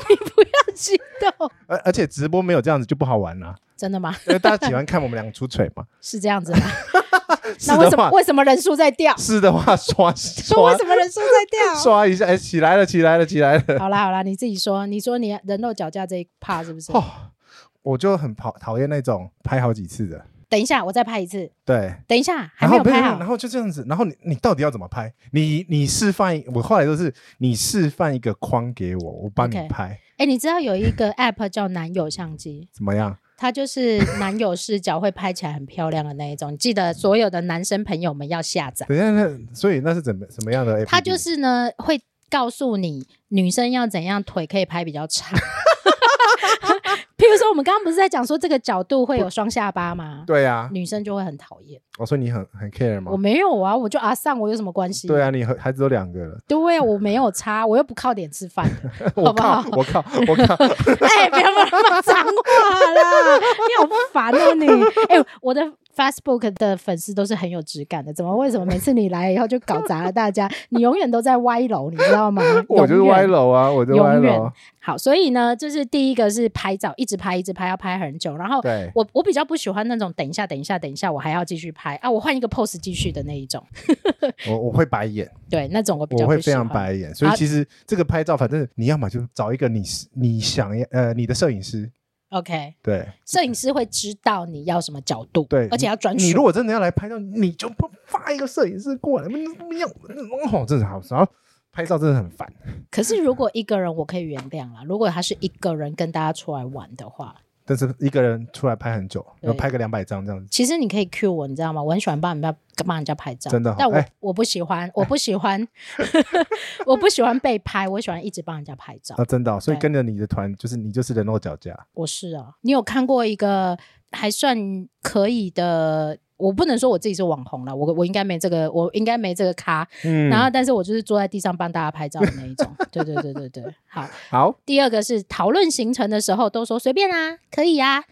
S1: 你不要激动，
S2: 而而且直播没有这样子就不好玩了、
S1: 真的吗？
S2: 因为大家喜欢看我们两个出锤嘛。
S1: 是这样子吗？ 那
S2: 是
S1: 为
S2: 的
S1: 什么
S2: 话，啊
S1: 为什么人数在掉？
S2: 是的话，刷
S1: 说为
S2: 刷
S1: 什么人数在掉？
S2: 刷一下，哎，起来了，起来了，起来了。
S1: 好啦好啦，你自己说，你说
S2: 哦
S1: 你人肉脚架这一趴是不是？
S2: 哦，我就很讨讨厌那种拍好几次的。
S1: 等一下，我再拍一次，
S2: 对，
S1: 等一下还没
S2: 然后
S1: 有拍
S2: 然
S1: 好，
S2: 后就这样子，然后你你到底要怎么拍？你你示范一，我后来都是你示范一个框给我，我帮你
S1: OK
S2: 拍
S1: 哎，你知道有一个 app 叫男友相机，
S2: 怎么样？
S1: 它就是男友视角会拍起来很漂亮的那一种，记得所有的男生朋友们要下载。
S2: 等一下那所以那是怎么什么样的 APP？
S1: 它就是呢会告诉你女生要怎样腿可以拍比较长。 譬如说，我们刚刚不是在讲说这个角度会有双下巴吗？
S2: 对啊，
S1: 女生就会很讨厌。
S2: 我说你很很 care 吗
S1: 我？没有啊，我就阿上，我有什么关系？
S2: 对啊，你和孩子都 两个了，
S1: 对我没有差，我又不靠脸吃饭的。
S2: 我
S1: 好不
S2: 靠
S1: 好，
S2: 我靠， 我靠，
S1: 哎、不要骂脏话啦， 你好烦哦、你。哎、我的 Facebook 的粉丝都是很有质感的，怎么为什么每次你来以后就搞砸了大家？你永远都在歪楼，你知道吗？
S2: 我就是
S1: 永远
S2: 歪楼啊，我就是歪
S1: 永远
S2: 楼。
S1: 好，所以呢，就是第一个是拍照，一直拍，一直拍，要拍很久。然后
S2: 对
S1: 我我比较不喜欢那种等一下，等一下，等一下，我还要继续拍啊，我换一个 pose 继续的那一种。
S2: 我我会白眼，
S1: 对，那种我比较
S2: 我
S1: 不
S2: 会非
S1: 喜欢
S2: 常白眼，所以
S1: 啊
S2: 其实这个拍照，反正你要么就找一个你是你想要呃你的摄影师，
S1: OK，
S2: 对
S1: 摄影师会知道你要什么角度，
S2: 对，
S1: 而且要专
S2: 你
S1: 属
S2: 如。果真的要来拍照，你就不发一个摄影师过来，没没有哦，真的好，然后拍照真的很烦。
S1: 可是如
S2: 嗯
S1: 果一个人，我可以原谅啦。如果他是一个人跟大家出来玩的话，
S2: 但是一个人出来拍很久，
S1: 对
S2: 要拍个两百张这样子，
S1: 其实你可以 cue 我，你知道吗？我很喜欢帮人家帮人家拍照，
S2: 真的哦
S1: 但我、
S2: 哎
S1: 我不喜欢，我不喜欢， 我不喜欢被拍，我喜欢一直帮人家拍照
S2: 啊，。真的哦、所以
S1: 对
S2: 跟着你的团，就是你就是人肉脚架，
S1: 我是啊，你有看过一个还算可以的？我不能说我自己是网红了，我我应该没这个，我应该没这个咖。
S2: 嗯
S1: 然后，但是我就是坐在地上帮大家拍照的那一种。对对对对对，好。
S2: 好
S1: 第二个是讨论行程的时候都说随便啊，可以啊。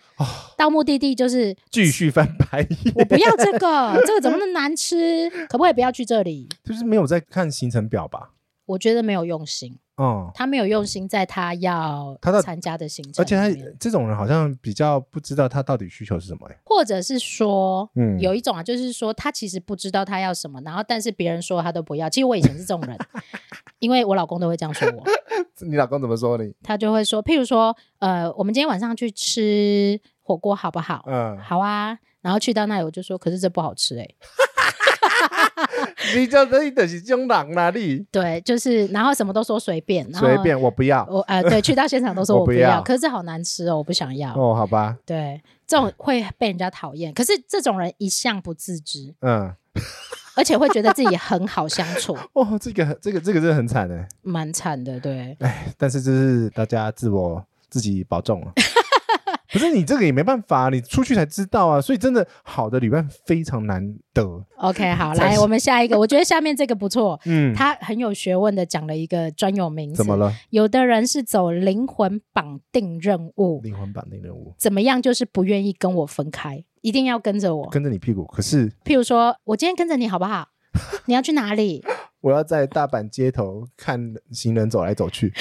S1: 到目的地就是
S2: 哦继续翻白眼，
S1: 我不要这个，这个怎么那么难吃？可不可以不要去这里？
S2: 就是没有在看行程表吧？
S1: 我觉得没有用心，
S2: 嗯，
S1: 他没有用心在他要
S2: 他的
S1: 参加的行程
S2: 而
S1: 里
S2: 且他
S1: 面，
S2: 这种人好像比较不知道他到底需求是什么、欸，
S1: 或者是说，
S2: 嗯，
S1: 有一种啊，就是说他其实不知道他要什么，然后但是别人说他都不要。其实我以前是这种人，因为我老公都会这样说我，
S2: 嗯你老公怎么说你？
S1: 他就会说，譬如说，呃，我们今天晚上去吃火锅好不好？
S2: 嗯，
S1: 好啊。然后去到那里我就说，可是这不好吃哎、
S2: 你就你就是这种人啦，你
S1: 对，就是然后什么都说随便，然后
S2: 随便我不要
S1: 我呃对，去到现场都说
S2: 我
S1: 我
S2: 不
S1: 不要，
S2: 要
S1: 可是这好难吃哦，我不想要。
S2: 哦，好吧，
S1: 对，这种会被人家讨厌，可是这种人一向不自知，
S2: 嗯，
S1: 而且会觉得自己很好相处，
S2: 哦，这个这个这个真的很惨哎、
S1: 蛮惨的。 对，
S2: 但是就是大家自我自己保重 啊。不是你这个也没办法，你出去才知道啊。所以真的好的旅伴非常难得。
S1: OK，好，
S2: 才
S1: 来
S2: 是
S1: 我们下一个，我觉得下面这个不错，
S2: 嗯，
S1: 他很有学问的讲了一个专有名词
S2: 怎。么了？
S1: 有的人是走灵魂绑定任务，
S2: 灵魂绑定任务，
S1: 怎么样就是不愿意跟我分开，一定要跟着我。
S2: 跟着你屁股。可是
S1: 譬如说，我今天跟着你好不好？你要去哪里？
S2: 我要在大阪街头看行人走来走去。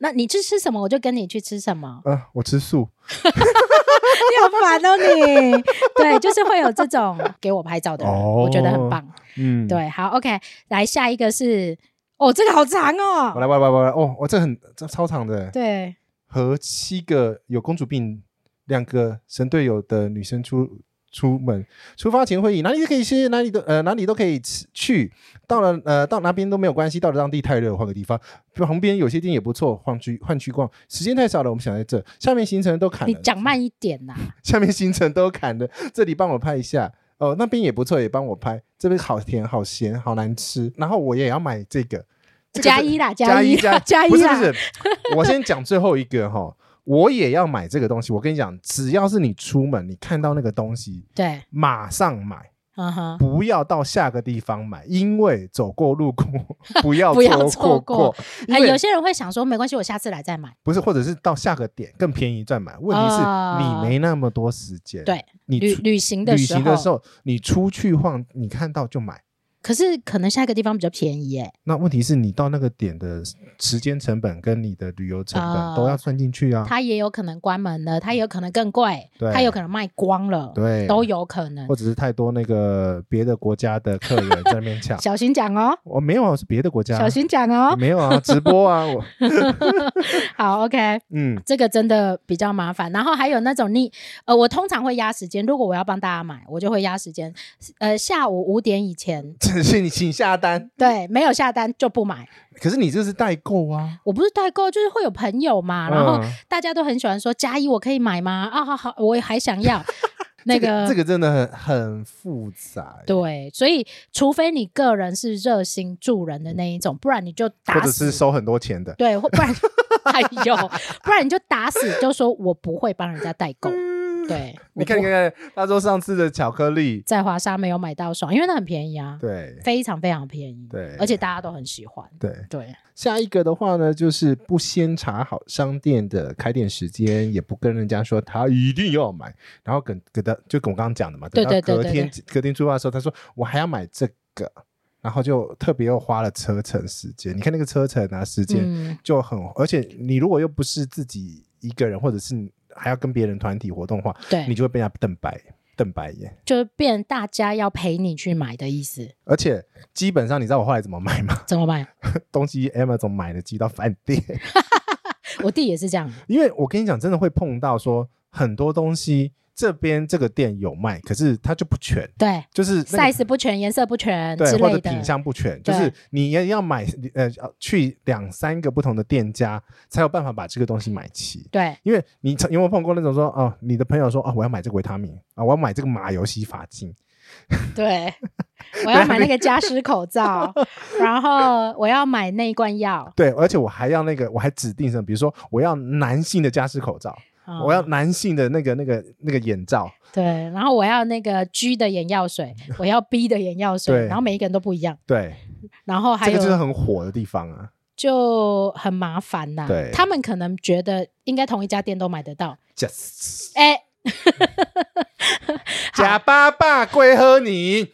S1: 那你去吃什么，我就跟你去吃什么
S2: 啊！我吃素，
S1: 你好烦哦 你。对，就是会有这种给我拍照的人，
S2: 哦
S1: 我觉得很棒。
S2: 嗯，。
S1: 对，好，OK，来下一个是，哦，这个好长
S2: 我
S1: 哦。
S2: 来，我来，我来，哦，我这很这超长的，欸
S1: 对，
S2: 和七个有公主病、两个神队友的女生出出门。出发前会议，哪里都可以吃，哪里都呃哪里都可以吃去。到了呃到哪边都没有关系，到了当地太热，换个地方。旁边有些店也不错，换去换去逛。时间太少了，我们想在这。下面行程都砍
S1: 你
S2: 了，
S1: 哎讲慢一点呐、
S2: 下面行程都砍了，这里帮我拍一下。哦，那边也不错，也帮我拍。这边好甜，好咸，好难吃。然后我也要买这个，这个
S1: 加
S2: 是
S1: 一啦，
S2: 加
S1: 一
S2: 加
S1: 啦， 加一
S2: 不是不
S1: 啦。
S2: 是，我先讲最后一个哈， 我也要买这个东西。我跟你讲，只要是你出门，你看到那个东西，
S1: 对，
S2: 马上买，
S1: 嗯哼，
S2: 不要到下个地方买，因为走过路过 不 要
S1: 不要
S2: 错
S1: 错
S2: 过
S1: 过，
S2: 因
S1: 哎、
S2: 为
S1: 有些人会想说，没关系，我下次来再买。
S2: 不是，或者是到下个点更便宜再买。问题是
S1: 哦
S2: 你没那么多时间，
S1: 对，
S2: 你
S1: 旅
S2: 出
S1: 旅行的
S2: 旅
S1: 时
S2: 行
S1: 候，
S2: 的时候，你出去晃，你看到就买。
S1: 可是可能下一个地方比较便宜哎、
S2: 那问题是你到那个点的时间成本跟你的旅游成本
S1: 啊
S2: 都要算进去啊，
S1: 它也有可能关门了，它也有可能更贵，
S2: 对
S1: 它有可能卖光了，
S2: 对，
S1: 都有可能，
S2: 或。者是太多那个别的国家的客人在那边 抢
S1: 小心讲哦，
S2: 我没有啊，是别的国家，
S1: 小心讲哦。
S2: 没有啊，直播啊， 我
S1: 好，OK，
S2: 嗯
S1: 这个真的比较麻烦。然后还有那种你，呃，我通常会压时间，如果我要帮大家买，我就会压时间，呃，下午五点以前，
S2: 只是你请下单，
S1: 对，没有下单就不买。
S2: 可是你这是代购啊，
S1: 我不是代购，就是会有朋友嘛，然后
S2: 嗯
S1: 大家都很喜欢说加一我可以买吗？啊，好好，我也还想 要那
S2: 这
S1: 个。
S2: 这个真的很很复杂，，欸
S1: 对，所以除非你个人是热心助人的那一种，不然你就
S2: 或
S1: 打
S2: 者
S1: 死
S2: 是收很多钱的，
S1: 对，或不然 哎呦，不然你就打死就说我不会帮人家代购。对，
S2: 嗯你看你
S1: 我不
S2: 看看，他说上次的巧克力，
S1: 在华沙没有买到爽，因为那很便宜啊，
S2: 对
S1: 非常非常便宜，
S2: 对
S1: 而且大家都很喜欢。
S2: 对。
S1: 对，
S2: 下一个的话呢，就是不先查好商店的开店时间，也不跟人家说他一定要买，然后等等到就跟我刚刚讲的嘛，
S1: 对
S2: 等到
S1: 对对
S2: 隔
S1: 对
S2: 天隔天出发的时候，他说我还要买这个，然后就特别又花了车程时间。你看那个车程啊，时间
S1: 嗯，
S2: 就很，而且你如果又不是自己一个人，或者是你还要跟别人团体活动的话，你
S1: 对，
S2: 就会被人家瞪白瞪白眼。
S1: 就变大家要陪你去买的意思，
S2: 而且基本上，你知道我后来怎么买吗？
S1: 怎么办？
S2: 东西 Amazon 买的寄到饭店。
S1: 我弟也是这样，
S2: 因为我跟你讲，真的会碰到说很多东西，这边这个店有卖，可是它就不全，
S1: 对。
S2: 就是、那个、
S1: size 不全、颜色不全之
S2: 对或者
S1: 类的，
S2: 品相不全，就
S1: 对
S2: 是你也要买呃去两三个不同的店家，才有办法把这个东西买齐。
S1: 对
S2: 因为你曾有没有碰过那种说哦，你的朋友说哦，我要买这个维他命啊、我要买这个马油洗发精，
S1: 对， 我要买那个加湿口罩，然后我要买那一罐药，
S2: 对，而且我还要那个，我还指定什么，比如说我要男性的加湿口罩，
S1: 嗯
S2: 我要男性的那个那个那个眼罩，
S1: 对，然后我要那个 G 的眼药水，我要 B 的眼药水
S2: 对，
S1: 然后每一个人都不一样，
S2: 对，
S1: 然后还
S2: 这
S1: 有
S2: 个就是很火的地方啊。
S1: 就很麻烦呐、
S2: 对
S1: 他们可能觉得应该同一家店都买得到，
S2: Just
S1: 哎，
S2: 假爸爸跪喝你，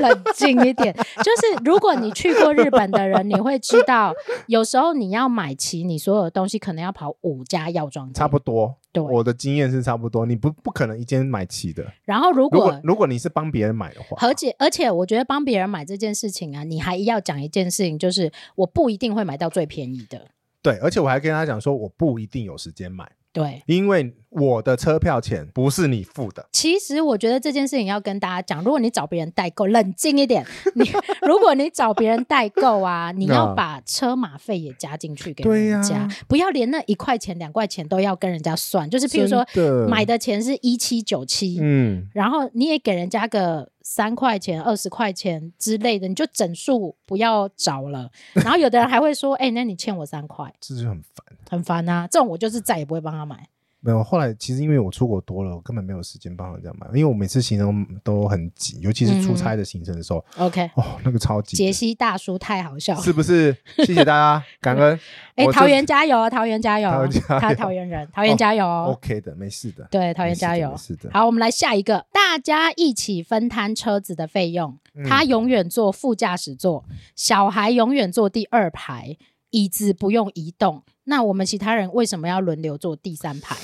S1: 冷静一 点。就是如果你去过日本的人，你会知道，有时候你要买齐你所有的东西，可能要跑五家药妆店，
S2: 差不多。
S1: 对。
S2: 我的经验是差不多，你不不可能一间买齐的。
S1: 然后如
S2: 如
S1: 果
S2: 果如果你是帮别人买的话，
S1: 而且而且，我觉得帮别人买这件事情啊，你还要讲一件事情，就是我不一定会买到最便宜的。
S2: 对，而且我还跟他讲说，我不一定有时间买，
S1: 对，
S2: 因为我的车票钱不是你付的。
S1: 其实我觉得这件事情要跟大家讲，如果你找别人代购，冷静一点。你如果你找别人代购啊，你要把车马费也加进去给
S2: 对呀
S1: 人家，不要连那一块钱、两块钱都要跟人家算。就是譬如说，
S2: 真的
S1: 买，的钱是一七九七，
S2: 嗯，
S1: 然后你也给人家个三块钱、二十块钱之类的，你就整数不要找了。然后有的人还会说：“哎、那你欠我三块，
S2: 这就很烦。
S1: 很烦啊。”这种我就是再也不会帮他买。
S2: 没有，后来其实因为我出国多了，我根本没有时间帮人家买，因为我每次行程都很紧，尤其是出差的行程的时候，
S1: OK，
S2: 哦，那个超级
S1: 杰西大叔太好笑了。
S2: 是不是？谢谢大家，感恩。
S1: 哎、
S2: 我就
S1: 桃园加油啊！桃园加油
S2: 桃
S1: 啊！
S2: 园加油
S1: 他桃园人，桃园加油哦！
S2: OK 的，没事的。
S1: 对，桃
S2: 没
S1: 园
S2: 事的
S1: 加油哦
S2: 没。事的。
S1: 好，我们来下一个，大家一起分摊车子的费用。
S2: 嗯
S1: 他永远坐副驾驶座，小孩永远坐第二排，椅子不用移动。那我们其他人为什么要轮流坐第三排？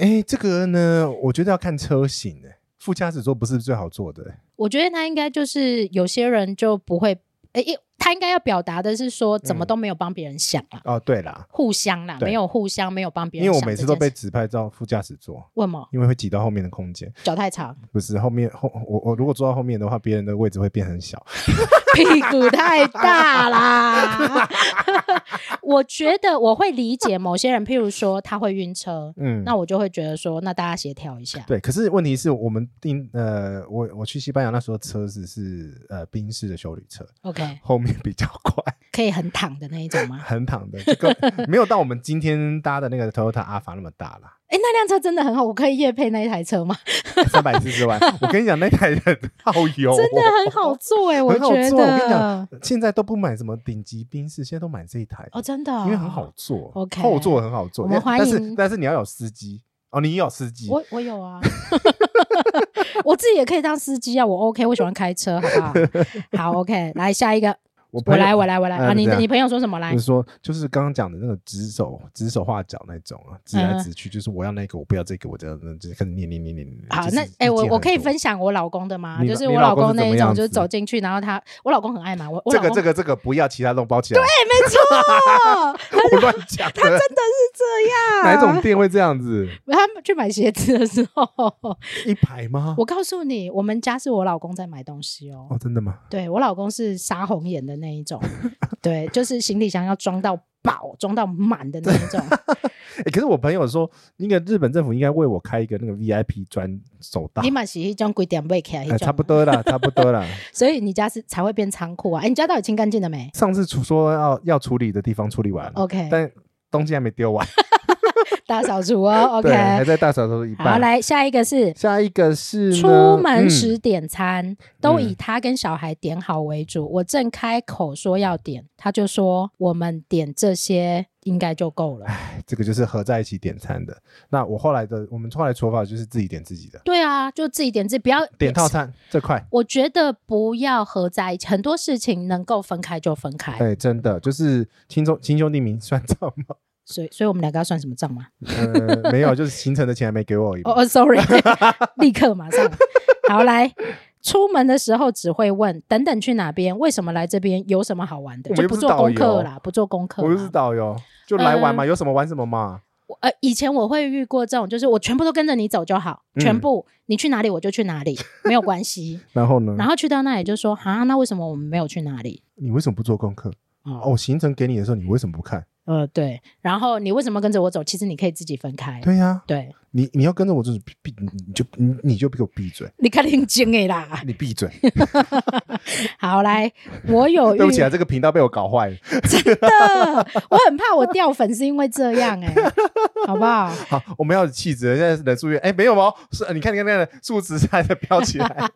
S2: 哎，这个呢，我觉得要看车型诶。副驾驶座不是最好坐的诶，
S1: 我觉得他应该就是有些人就不会，诶、因他应该要表达的是说，怎么都没有帮别人想啊，
S2: 哦，对啦，
S1: 互相啦，
S2: 嗯对
S1: 没有互相，没有帮别
S2: 因
S1: 人
S2: 为
S1: 想这件
S2: 我每
S1: 事。
S2: 次都被指派到副驾驶座，
S1: 为什么
S2: 因为会挤到后面的空间。
S1: 脚太长，
S2: 不是后面后我我如果坐到后面的话，别人的位置会变很小。
S1: 屁股太大啦。 我觉得我会理解某些人，譬如说他会晕车，
S2: 嗯，
S1: 那我就会觉得说，那大家协调一下。
S2: 对，可是问题是我们订呃，我我去西班牙那时候车子是呃宾士的修旅车，
S1: OK，
S2: 后面比较快，
S1: 可以很躺的那一种吗？
S2: 横躺的，这 个没有到我们今天搭的那个 Toyota 阿法那么大啦，
S1: 哎、那辆车真的很好，我可以夜配那一台车吗？
S2: 三百四十万。我跟你讲，那台的耗油哦，
S1: 真的啊很好坐 哎、
S2: 很好
S1: 觉
S2: 坐我跟你
S1: 得
S2: 讲。现在都不买什么顶级宾士，现在都买这一台，
S1: 哦，真的哦、
S2: 因为很好坐
S1: OK
S2: 后座很好坐。
S1: 我们
S2: 因为
S1: 欢
S2: 但是
S1: 迎
S2: 但是你要有司机哦，你有司机，
S1: 我我有啊， 我自己也可以当司机啊，我 OK，我喜欢开车，好不 好？好，OK，来下一个，
S2: 我朋
S1: 我
S2: 友
S1: 来，我来，我来
S2: 嗯
S1: 啊！你
S2: 这样
S1: 你朋友说什么来
S2: 就是？说，就是刚刚讲的那个指手指手画脚那种啊，指
S1: 嗯
S2: 来指去，就是我要那个，我不要这个，我这样，就是开始念念念念念。
S1: 好
S2: 就，是
S1: 那
S2: 意
S1: 哎、我
S2: 见
S1: 我
S2: 很
S1: 可以
S2: 多
S1: 分享我老公的吗？
S2: 你
S1: 就是
S2: 你
S1: 我
S2: 老公
S1: 公
S2: 是怎
S1: 那一
S2: 么样
S1: 种，就是
S2: 子
S1: 走进去，然后他，我老公很爱嘛，我我
S2: 这
S1: 老
S2: 个
S1: 公
S2: 这个这个不要，其他都包起来。对，
S1: 没错，
S2: 我乱讲的。他真的
S1: 这样
S2: 哪一种店会这样子？
S1: 他们去买鞋子的时候，
S2: 一排吗？
S1: 我告诉你，我们家是我老公在买东西哦。
S2: 哦，真的吗？
S1: 对我老公是杀红眼的那一种， 对，就是行李箱要装到爆、装到满的那一 种。
S2: 哎，可是我朋友说，那个日本政府应该为我开一个那个 VIP 专手道
S1: 你。嘛是一种几点买起来那
S2: 哎，
S1: 种，
S2: 差不。多啦，差不多啦。
S1: 所以你家是才会变仓库啊？哎，你家到底清干净了没
S2: 上次处说要要处理的地方处理完了，
S1: 哦？OK，
S2: 但东西还没丢完，
S1: 大扫除哦。
S2: 对，还
S1: OK，
S2: 在大扫除的一
S1: 好，
S2: 半。
S1: 来下一个是
S2: 下一个是呢
S1: 出门
S2: 嗯
S1: 时点餐，都以他跟小孩点好为主。我正开口说要点，他就说我们点这些应该就够了。
S2: 这个就是合在一起点餐的。那我后来的，我们后来处法就是自己点自己的，
S1: 对啊，就自己点自己，不要
S2: 点套。餐这块。
S1: 我觉得不要合在一起，很多事情能够分开就分开。
S2: 对，真的就是亲兄亲兄弟明算账吗？
S1: 所以，所以我们两个要算什么账 吗？
S2: 呃，没有，就是行程的钱还没给我而已嘛。
S1: 哦哦，sorry，立 刻马上。好，来，出门的时候只会问等等去哪边，为什么来这边，有什么好玩的，
S2: 我
S1: 就
S2: 又
S1: 不
S2: 不是
S1: 做
S2: 导
S1: 功课
S2: 游
S1: 啦，不做功课
S2: 我
S1: 啦。嗯
S2: 又是导游，就来玩嘛，有什么玩什么嘛。
S1: 我呃，以前我会遇过这种，就是我全部都跟着你走就好，
S2: 嗯
S1: 全部你去哪里我就去哪里，没有关 系。
S2: 然后呢？
S1: 然后去到那里就说啊，那为什么我们没有去哪里？
S2: 你为什么不做功课？
S1: 哦，
S2: 哦，行程给你的时候，你为什么不看？
S1: 呃，对。然后你为什么跟着我走？其实你可以自己分开。
S2: 对呀、
S1: 对，
S2: 你你要跟着我就是闭，闭你你就你你就给我闭嘴，
S1: 你看你很精诶啦。
S2: 你闭 嘴。
S1: 好，来，我有遇
S2: 对不起啊，这个频道被我搞坏了。
S1: 的， 我很怕我掉粉是因为这样哎、好不好？
S2: 好，我们要有气质，现在人数越哎没有哦，是你看你看那个数值还在飙 起来。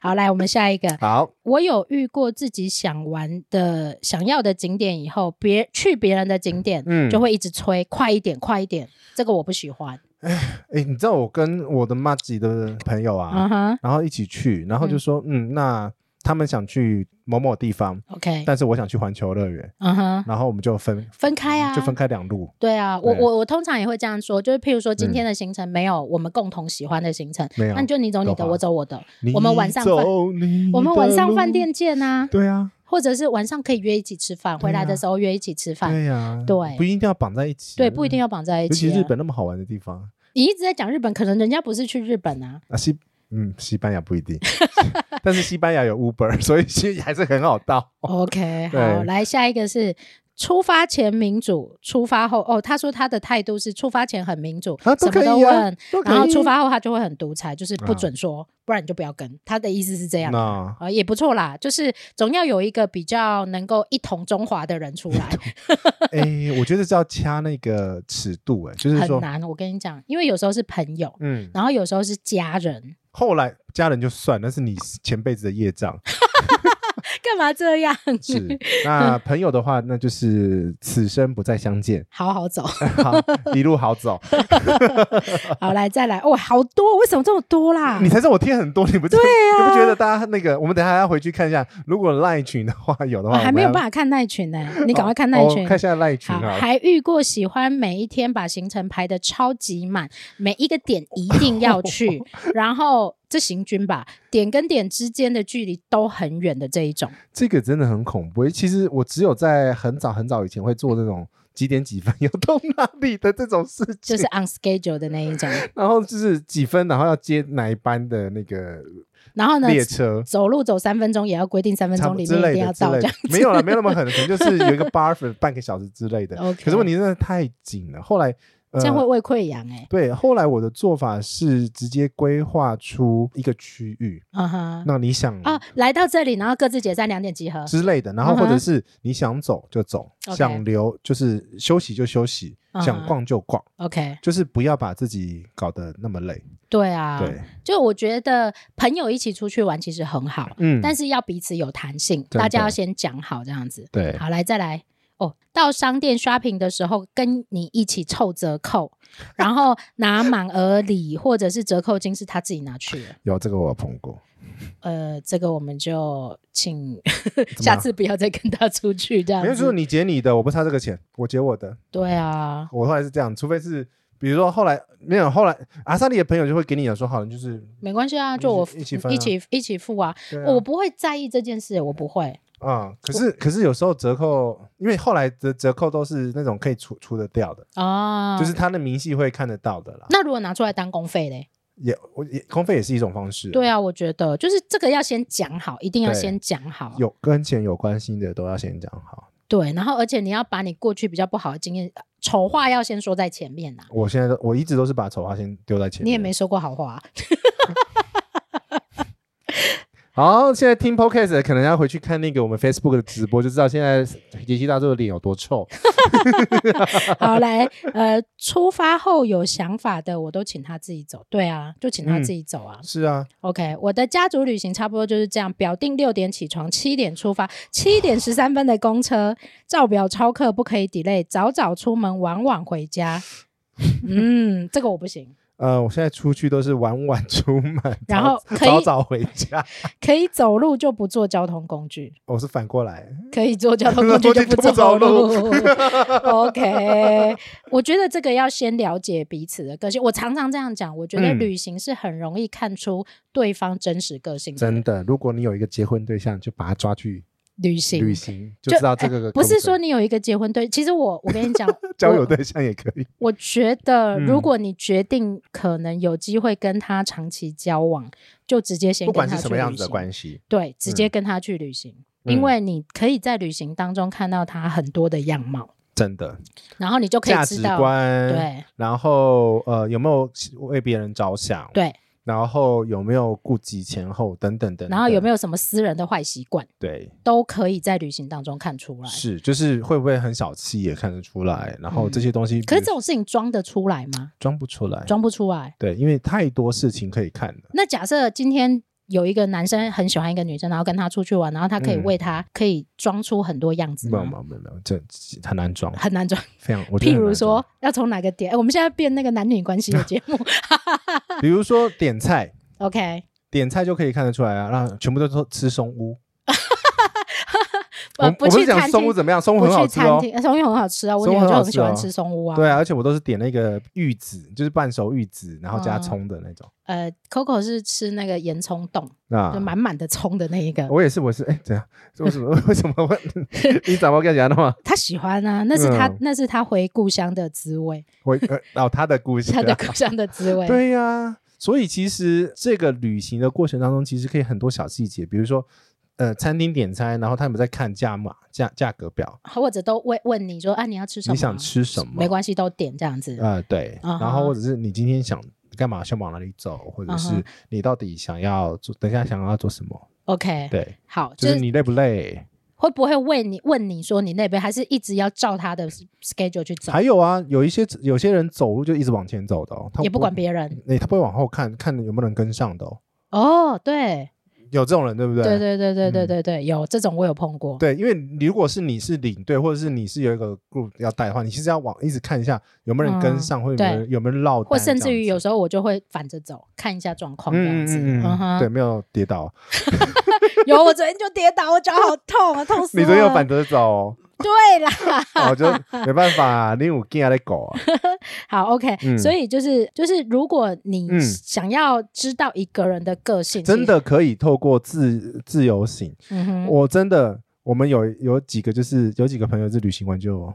S1: 好，来，我们下一个。
S2: 好，
S1: 我有遇过自己想玩的、想要的景点以后，别去别人的景点，
S2: 嗯
S1: 就会一直催，快一点，快一点。这个我不喜欢。
S2: 哎，你知道我跟我的妈吉的朋友啊，
S1: 嗯哼
S2: 然后一起去，然后就说嗯，那他们想去某某地方，
S1: ，OK，
S2: 但是我想去环球乐园，
S1: 嗯哼，
S2: 然后我们就分
S1: 分开啊，
S2: 嗯就分。开两路，
S1: 对啊，我
S2: 对
S1: 我我通常也会这样说，就是譬如说今
S2: 嗯
S1: 天的行程没有我们共同喜欢的行程，
S2: 没有
S1: 那你就你走你
S2: 的
S1: 的，
S2: 话
S1: 我走我的，
S2: 你
S1: 我们晚上饭
S2: 走你
S1: 我们
S2: 的
S1: 晚上
S2: 路
S1: 饭店见啊，
S2: 对啊，
S1: 或者是晚上可以约一起吃饭，回来
S2: 对啊
S1: 的时候约一起吃饭，
S2: 对呀，
S1: 对
S2: 不一定要绑在一起，啊
S1: 对，不一定要绑在一
S2: 尤其
S1: 起啊。
S2: 日本那么好玩的地方
S1: 你一直在讲日本，可能人家不是去日本啊，
S2: 啊，西嗯，西班牙不一定， 但是西班牙有 Uber，所以 其实还是很好到。
S1: OK，
S2: 对
S1: 好，来下一个是出发前民主，出发后哦，他说他的态度是出发前很民主，
S2: 啊
S1: 什
S2: 都
S1: 么
S2: 可
S1: 都
S2: 以啊
S1: 问，
S2: 都可
S1: 然后
S2: 以
S1: 出发后他就会很独裁，就是不
S2: 啊
S1: 准说，不然你就不要跟。他的意思是这样。
S2: 那
S1: 啊，也不错啦，就是总要有一个比较能够一统中华的人出来，
S2: 诶，哎我觉得是要掐那个尺度，诶， 就是
S1: 很
S2: 说，
S1: 难。我跟你讲，因为有时候是朋友，
S2: 嗯，
S1: 然后有时候是家人，
S2: 后来家人就算，那是你前辈子的业障。
S1: 干嘛这样？
S2: 是，那朋友的话，那就是此生不再相见，
S1: 好好走，
S2: 好，一路好走。
S1: 好来再来，哇，好多，为什么这么多啦？
S2: 你才是我贴很多，你不对
S1: 啊
S2: 呀、你不觉得大家那个？我们等一下要回去看一下，如果赖群的话有的
S1: 我
S2: 话，
S1: 啊还没有办
S2: 法。
S1: 法看那一群呢、你赶快看那一群。
S2: 哦、看一下赖群
S1: 好，
S2: 啊。
S1: 还遇过喜欢每一天把行程排的超级满，每一个点一定要 去，然后这行军吧，点跟点之间的距离都很远的这一种。
S2: 这个真的很恐怖。欸其实我只有在很早很早以前会做这种几点几分要到哪里的这种事情，
S1: 就是 on schedule 的那一种，
S2: 然后就是几分，然后要接哪一班的那个
S1: 然后呢，
S2: 列车。
S1: 走路走三分钟也要规定三分
S2: 差不
S1: 钟里
S2: 之
S1: 面一
S2: 类
S1: 定
S2: 的
S1: 要
S2: 之
S1: 到
S2: 类
S1: 这
S2: 的
S1: 样，
S2: 没有了，没有那么狠，可能就是有一个 buffer 半个小时之 类的。
S1: 哦 OK
S2: 可是问题真的太紧了。后来，呃
S1: 这样会胃溃疡哎、
S2: 对，后来我的做法是直接规划出一个区域，
S1: 嗯哼，
S2: 那你想
S1: 哦，来到这里，然后各自解散，两点集合，
S2: 之类的，然后
S1: 嗯哼
S2: 或者是你想走就走，
S1: OK
S2: 想留就是休息就休息，
S1: 嗯哼
S2: 想逛就逛，
S1: OK，
S2: 就是不要把自己搞得那么累。
S1: 对啊，
S2: 对，
S1: 就我觉得朋友一起出去玩其实很好，
S2: 嗯，
S1: 但是要彼此有弹性，
S2: 真的
S1: 大家要先讲好这样子。
S2: 对
S1: 好来再来，哦，到商店 shopping 的时候跟你一起凑折扣，然后拿满额礼或者是折扣金是他自己拿去的。
S2: 有这个我有碰过，
S1: 呃，这个我们就请
S2: 么
S1: 下次不要再跟他出去这
S2: 没有
S1: 样
S2: 就是
S1: 子。
S2: 你结你的，我不差这个钱，我结我的。
S1: 对啊，
S2: 我后来是这样，除非是比如说后来没有，后来阿萨利的朋友就会给你讲说，好了，就是
S1: 没关系啊，
S2: 一起
S1: 就我
S2: 一起分啊
S1: 一起一起付啊，
S2: 对
S1: 我
S2: 啊
S1: 不会在意这件事，我不会。
S2: 啊、可是可是有时候折扣，因为后来的折扣都是那种可以除除得掉的，
S1: 哦，
S2: 就是他的明细会看得到的啦。
S1: 那如果拿出来当公费嘞？
S2: 也我也公费也是一种方式，
S1: 对啊，我觉得就是这个要先讲好，一定要
S2: 对
S1: 先讲好。
S2: 有跟钱有关系的都要先讲好。
S1: 对，然后而且你要把你过去比较不好的经验，呃丑话要先说在前面呐、
S2: 我现在都我一直都是把丑话先丢在前面，
S1: 你也没说过好话啊、
S2: 好，现在听 podcast 的可能要回去看那个我们 Facebook 的直播，就知道现在杰西大叔的脸有多臭。
S1: 好，来，呃，出发后有想法的，我都请他自己走。对啊，就请
S2: 嗯
S1: 他自己走啊。
S2: 是啊，
S1: OK，我的家族旅行差不多就是这样，表定六点起床，七点出发，七点十三分的公车，照表超课，不可以 delay，早早出门，晚晚回家。嗯，这个我不行，
S2: 呃，我现在出去都是晚晚出门，
S1: 然后
S2: 早
S1: 可以
S2: 早早回家。
S1: 可以走路就不坐交通工具。
S2: 我是反过来，
S1: 可以坐交通工具就不走路。OK，我觉得这个要先了解彼此的个性。我常常这样讲，我觉得
S2: 嗯
S1: 旅行是很容易看出对方真实个性的。
S2: 真的，如果你有一个结婚对象，就把他抓去
S1: 旅行哎
S2: 旅行，就知道这个
S1: 不是
S2: 工作，
S1: 说你有一个结婚对，其实我我跟你讲
S2: 交友
S1: 我
S2: 对象也可以。
S1: 我觉得，
S2: 嗯
S1: 如果你决定可能有机会跟他长期交往，就直接先
S2: 不管
S1: 跟
S2: 是
S1: 他去
S2: 什么样
S1: 旅
S2: 子的
S1: 行。
S2: 关系，
S1: 对，直接跟他去旅行，
S2: 嗯
S1: 因为你可以在旅行当中看到他很多的样貌，
S2: 真的
S1: 然后你就可
S2: 价
S1: 以
S2: 值
S1: 知道，
S2: 观，
S1: 对
S2: 然后呃有没有为别人着想，，
S1: 对，
S2: 然后有没有顾及前后等等等等，
S1: 然后有没
S2: 有
S1: 有什么私人的坏习惯，
S2: 对
S1: 都可以在旅行当中看出来。
S2: 是就是会不会很小气也看得出来，然后这些东西
S1: 嗯可是这
S2: 比如
S1: 种事情装得出来吗？
S2: 装不出来，
S1: 装不出来。
S2: 对，因为太多事情可以看了。
S1: 那假设今天有一个男生很喜欢一个女生，然后跟她出去玩，然后他可以
S2: 嗯
S1: 为她可以装出很多样子
S2: 没有
S1: 吗？
S2: 没有没有没有，这很难装，
S1: 很难 装。
S2: 非常。我觉得
S1: 譬
S2: 很
S1: 如
S2: 难
S1: 说，要从哪个点？哎我们现在变那个男女关系 的节目。
S2: 装，比如说点菜，
S1: OK，
S2: 点菜就可以看得出来啊，那全部都说吃松屋。我
S1: 呃，
S2: 我不
S1: 去
S2: 是讲
S1: 餐
S2: 松屋
S1: 厅，
S2: 怎么样，松屋
S1: 不
S2: 很好
S1: 去
S2: 吃
S1: 餐
S2: 哦。
S1: 厅，呃松屋很好吃啊，我
S2: 松
S1: 女儿
S2: 屋
S1: 就
S2: 很好
S1: 很喜
S2: 吃
S1: 欢
S2: 哦
S1: 吃松屋啊。
S2: 对啊，而且我都是点那个玉子，就是半熟玉子，然后
S1: 嗯
S2: 加葱的那种。
S1: 呃，Coco 是吃那个盐葱冻，就
S2: 那
S1: 满满的葱的那一个。
S2: 我也是，我是哎，怎样？为什么为什么会？ 你怎么跟讲的吗？
S1: 他喜欢啊，那是他、
S2: 嗯
S1: 那是他回故乡的滋味，
S2: 我呃哦，他的故事啊，
S1: 他的故乡的滋味。
S2: 对呀、所以其实这个旅行的过程当中，其实可以很多小细节，比如说，呃，餐厅点餐，然后他们在看价码、价价格表，
S1: 或者都问问你说啊，你要吃什么？
S2: 你想吃什么？
S1: 没关系，都点这样子。
S2: 呃，对。
S1: 啊哈
S2: 然后或者是你今天想干嘛，想往哪里走，或者
S1: 啊
S2: 是
S1: 哈
S2: 你到底想要做，等一下想要做什么？
S1: OK，
S2: 对，
S1: 好，
S2: 就
S1: 就是是
S2: 你累不累？
S1: 会不会问你问你说你那边还是一直要照他的 schedule 去走，
S2: 还有啊，有一些有些人走路就一直往前走的哦，他
S1: 也不管，别人。
S2: 你他不会往后看看有没有人跟上的哦，
S1: 哦，对，
S2: 有这种人对不对？
S1: 对对对对对
S2: 嗯
S1: 对对，有这种我有碰过。
S2: 对，因为你如果是你是领队，或者是你是有一个 group 要带的话，你其实要往一直看一下有没有人跟
S1: 嗯
S2: 上，或者有没有人有没有人落单这
S1: 或
S2: 样子，
S1: 甚至于有时候我就会反着走，看一下状况这样
S2: 嗯嗯
S1: 子。
S2: 嗯
S1: 嗯
S2: 嗯，对，
S1: 哼，
S2: 没有跌倒，
S1: 有我昨天就跌倒，我脚好痛啊，痛死我
S2: 你
S1: 了。
S2: 都有反着走，哦
S1: 对啦，
S2: 我哦就没办法，啊你有惊的狗啊，
S1: 好，OK，、
S2: 嗯
S1: 所以就是就是，如果你
S2: 嗯
S1: 想要知道一个人的个性，
S2: 真，的可以透过自自由行，
S1: 嗯哼，
S2: 我真的。我们有有几个就是有几个朋友是旅行完就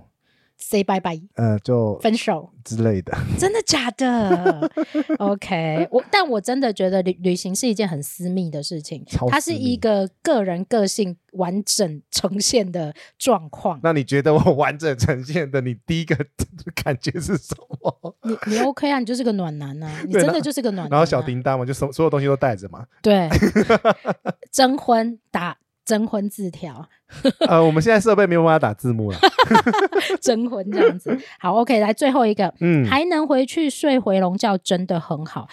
S1: say 拜拜，
S2: 呃就
S1: 分手，
S2: 之类的，
S1: 真的假的？OK，我但我真的觉得旅旅行是一件很私密的事情
S2: 超，
S1: 它
S2: 私
S1: 是
S2: 密
S1: 一个个人个性完整呈现的状况。
S2: 那你觉得我完整呈现的你第一个 感觉是什么？
S1: 你你 OK 啊？你就是个暖男啊！你
S2: 对
S1: 真
S2: 然
S1: 的就是个暖男、啊。
S2: 然后小叮当嘛，就所所有东西都带着嘛，
S1: 对征婚打征婚字条，
S2: 呃，我们现在设备没有办法打 字幕了。
S1: 征婚这样子。好，OK，来最后一个，
S2: 嗯，
S1: 还能回去睡回笼觉，真的很好。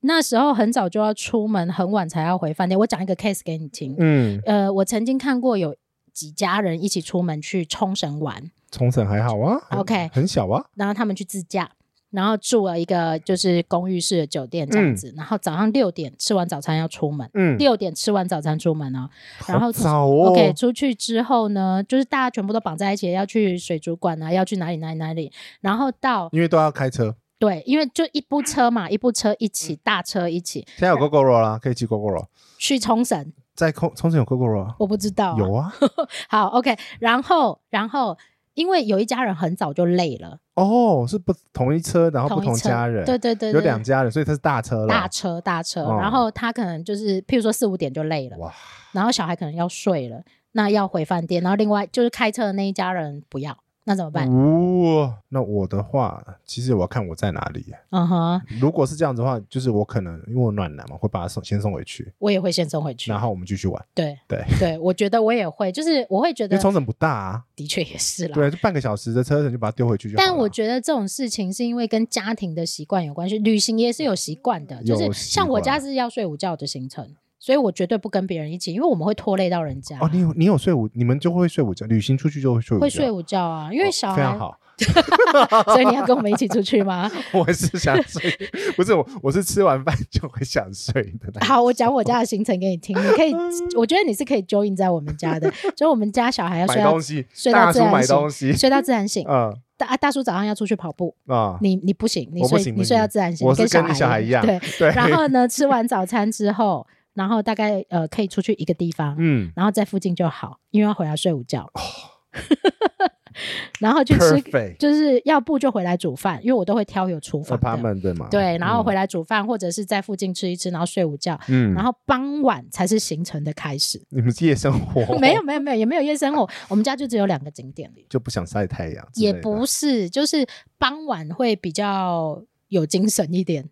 S1: 那时候很早就要出门，很晚才要回饭店。我讲一个 case 给你听。
S2: 嗯
S1: 呃，我曾经看过有几家人一起出门去冲绳玩，
S2: 冲绳还好啊很
S1: OK
S2: 很小啊，
S1: 然后他们去自驾，然后住了一个就是公寓式的酒店这样子，然后早上六点吃完早餐要出门，
S2: 嗯，
S1: 六点吃完早餐出门哦，然后
S2: 好早哦
S1: OK，出去之后呢，就是大家全部都绑在一起，要去水族馆啊，要去哪里哪里哪里，然后到
S2: 因为都要开车，
S1: 对，因为就一
S2: 嗯
S1: 部车嘛，一部车一起，大车一起
S2: 现在有 GoGoRo 啦，可以骑 GoGoRo，
S1: 去冲绳，
S2: 在空冲绳有 GoGoRo 啊
S1: 我不知道啊、
S2: 有啊，
S1: 好 OK，然后然后因为有一家人很早就累了，
S2: 哦，是不同一车，然后哦不
S1: 同一
S2: 同
S1: 车
S2: 家人，
S1: 对对对对，
S2: 有两家人，所以它是大车了，
S1: 大车大车，
S2: 哦
S1: 然后他可能就是譬如说四五点就累了，
S2: 哇，
S1: 然后小孩可能要睡了，那要回饭店，然后另外就是开车的那一家人不要，那怎么
S2: 嗯
S1: 办？
S2: 哇，那我的话，其实我要看我在哪里。
S1: 嗯哼，
S2: 如果是这样子的话，就是我可能因为我暖男嘛，会把他送先送回去，
S1: 我也会先送回去
S2: 然。后我们继续玩。
S1: 对
S2: 对
S1: 对，我觉得我也会，就是我会觉
S2: 因
S1: 得
S2: 为冲绳不大啊，
S1: 的确也是啦。
S2: 对，就半个小时的车程就把它丢回去就好了。
S1: 但我觉得这种事情是因为跟家庭的习惯有关系，旅行也是有习惯的，
S2: 有
S1: 就是
S2: 习
S1: 像我
S2: 惯
S1: 家是要睡午觉的行程，所以我绝对不跟别人一起，因为我们会拖累到人家，
S2: 哦，你有你有睡午，你们就会睡午觉，旅行出去就会睡午觉，
S1: 会睡午觉啊，因为小
S2: 哦非
S1: 孩，
S2: 常好。
S1: 所以你要跟我们一起出去 吗？
S2: 我是想睡，不是我，我是吃完饭就会想睡的那一种。
S1: 好，我讲我家的行程给你听，你可以，我觉得你是可以 join 在我们家的，就是我们家小孩要睡
S2: 买
S1: 到
S2: 东西，
S1: 睡到
S2: 大
S1: 自
S2: 叔
S1: 然
S2: 买
S1: 醒
S2: 东西，
S1: 睡到自然醒，
S2: 嗯
S1: 大啊大叔早上要出去跑步，
S2: 啊，
S1: 你你不行，你
S2: 我不
S1: 睡
S2: 行
S1: 你
S2: 不
S1: 睡到
S2: 行
S1: 自然醒，
S2: 我是跟
S1: 你
S2: 你小孩一样
S1: 对，
S2: 对，
S1: 然后呢，吃完早餐之后，然后大概呃可以出去一个地方，
S2: 嗯
S1: 然后在附近就好，因为要回来睡午觉。 然后去吃，
S2: 哦，perfect
S1: 就是要不就回来煮饭，因为我都会挑有厨房的。
S2: apartment 的嘛，
S1: 对，然后
S2: 嗯
S1: 回来煮饭，或者是在附近吃一吃，然后睡午觉，
S2: 嗯，
S1: 然后傍晚才是行程的开始。
S2: 你们夜生活
S1: 没有，没有，没有，也没有夜生活，我们家就只有两个景点，
S2: 就不想晒太阳之类
S1: 也
S2: 的，
S1: 不是，就是傍晚会比较有精神一点。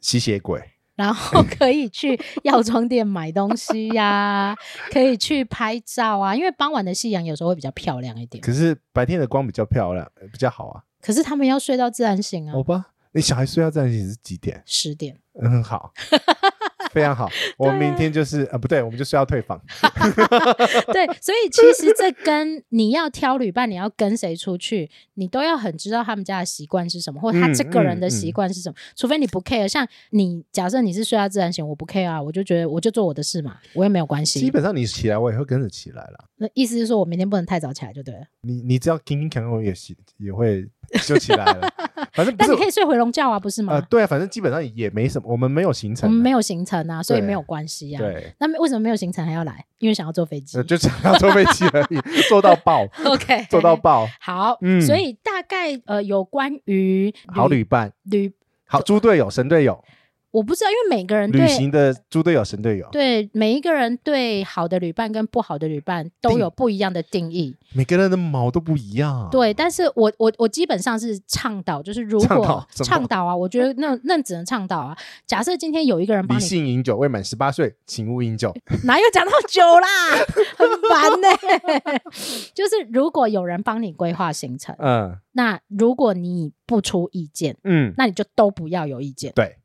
S2: 吸血鬼，
S1: 然
S2: 嗯
S1: 后可以去药妆店买东西呀、可以去拍照啊，因为傍晚的夕阳有时候会比较漂亮一点。
S2: 可是白天的光比较漂亮，呃比较好啊，嗯
S1: 可是他们要睡到自然醒啊
S2: 好，吧？你小孩睡觉在一起是几点？
S1: 十点。
S2: 嗯，好，非常好。
S1: 啊
S2: 我们明天就是呃，不对，我们就睡到退房。
S1: 对，所以其实这跟你要挑旅伴，你要跟谁出去，你都要很知道他们家的习惯是什么，或者他
S2: 嗯
S1: 这个人
S2: 嗯
S1: 的
S2: 嗯
S1: 习惯是什么。除非你不 care，像你假设你是睡到自然醒，我不 care 啊，我就觉得我就做我的事嘛，我也没有关
S2: 基
S1: 系。
S2: 本上你起来，我也会跟着起来啦。
S1: 那意思是说我明天不能太早起来就对了，
S2: 你你只要勤勤恳恳，我也起也会就起来 了。反正不
S1: 但
S2: 是
S1: 你可以睡回笼觉啊，不是吗？
S2: 呃，对啊，反正基本上也没什么，我们没有行
S1: 我
S2: 程
S1: 们
S2: 啊，
S1: 没有行程啊，所以
S2: 对
S1: 没有关系啊。
S2: 对，
S1: 那为什么没有行程还要来？因为想要坐飞机
S2: 呃。就想要坐飞机而已， 坐到爆，
S1: OK，
S2: 坐到。爆，
S1: 好，
S2: 嗯
S1: 所以大概呃，有关于
S2: 好旅伴，
S1: 旅，
S2: 好猪队友、神队友，
S1: 我不知道，因为每个人
S2: 旅
S1: 嗯对
S2: 行的猪队友、神队友，
S1: 对每一个人对好的旅伴跟不好的旅伴都
S2: 定
S1: 有不一样的定义。
S2: 每个人的毛都不一样。，啊
S1: 对，但是我我我基本上是倡导，就是如
S2: 倡
S1: 果
S2: 导什么
S1: 倡导啊，我觉得那那只能倡导啊。假设今天有一个人帮
S2: 理
S1: 你
S2: 性饮酒，未满十八岁，请勿饮酒。
S1: 哪有讲到酒啦， 很烦呢、就是如果有人帮你规划行程，
S2: 嗯
S1: 那如果你不出意见，
S2: 嗯，
S1: 那你就都不要有意见。
S2: 对。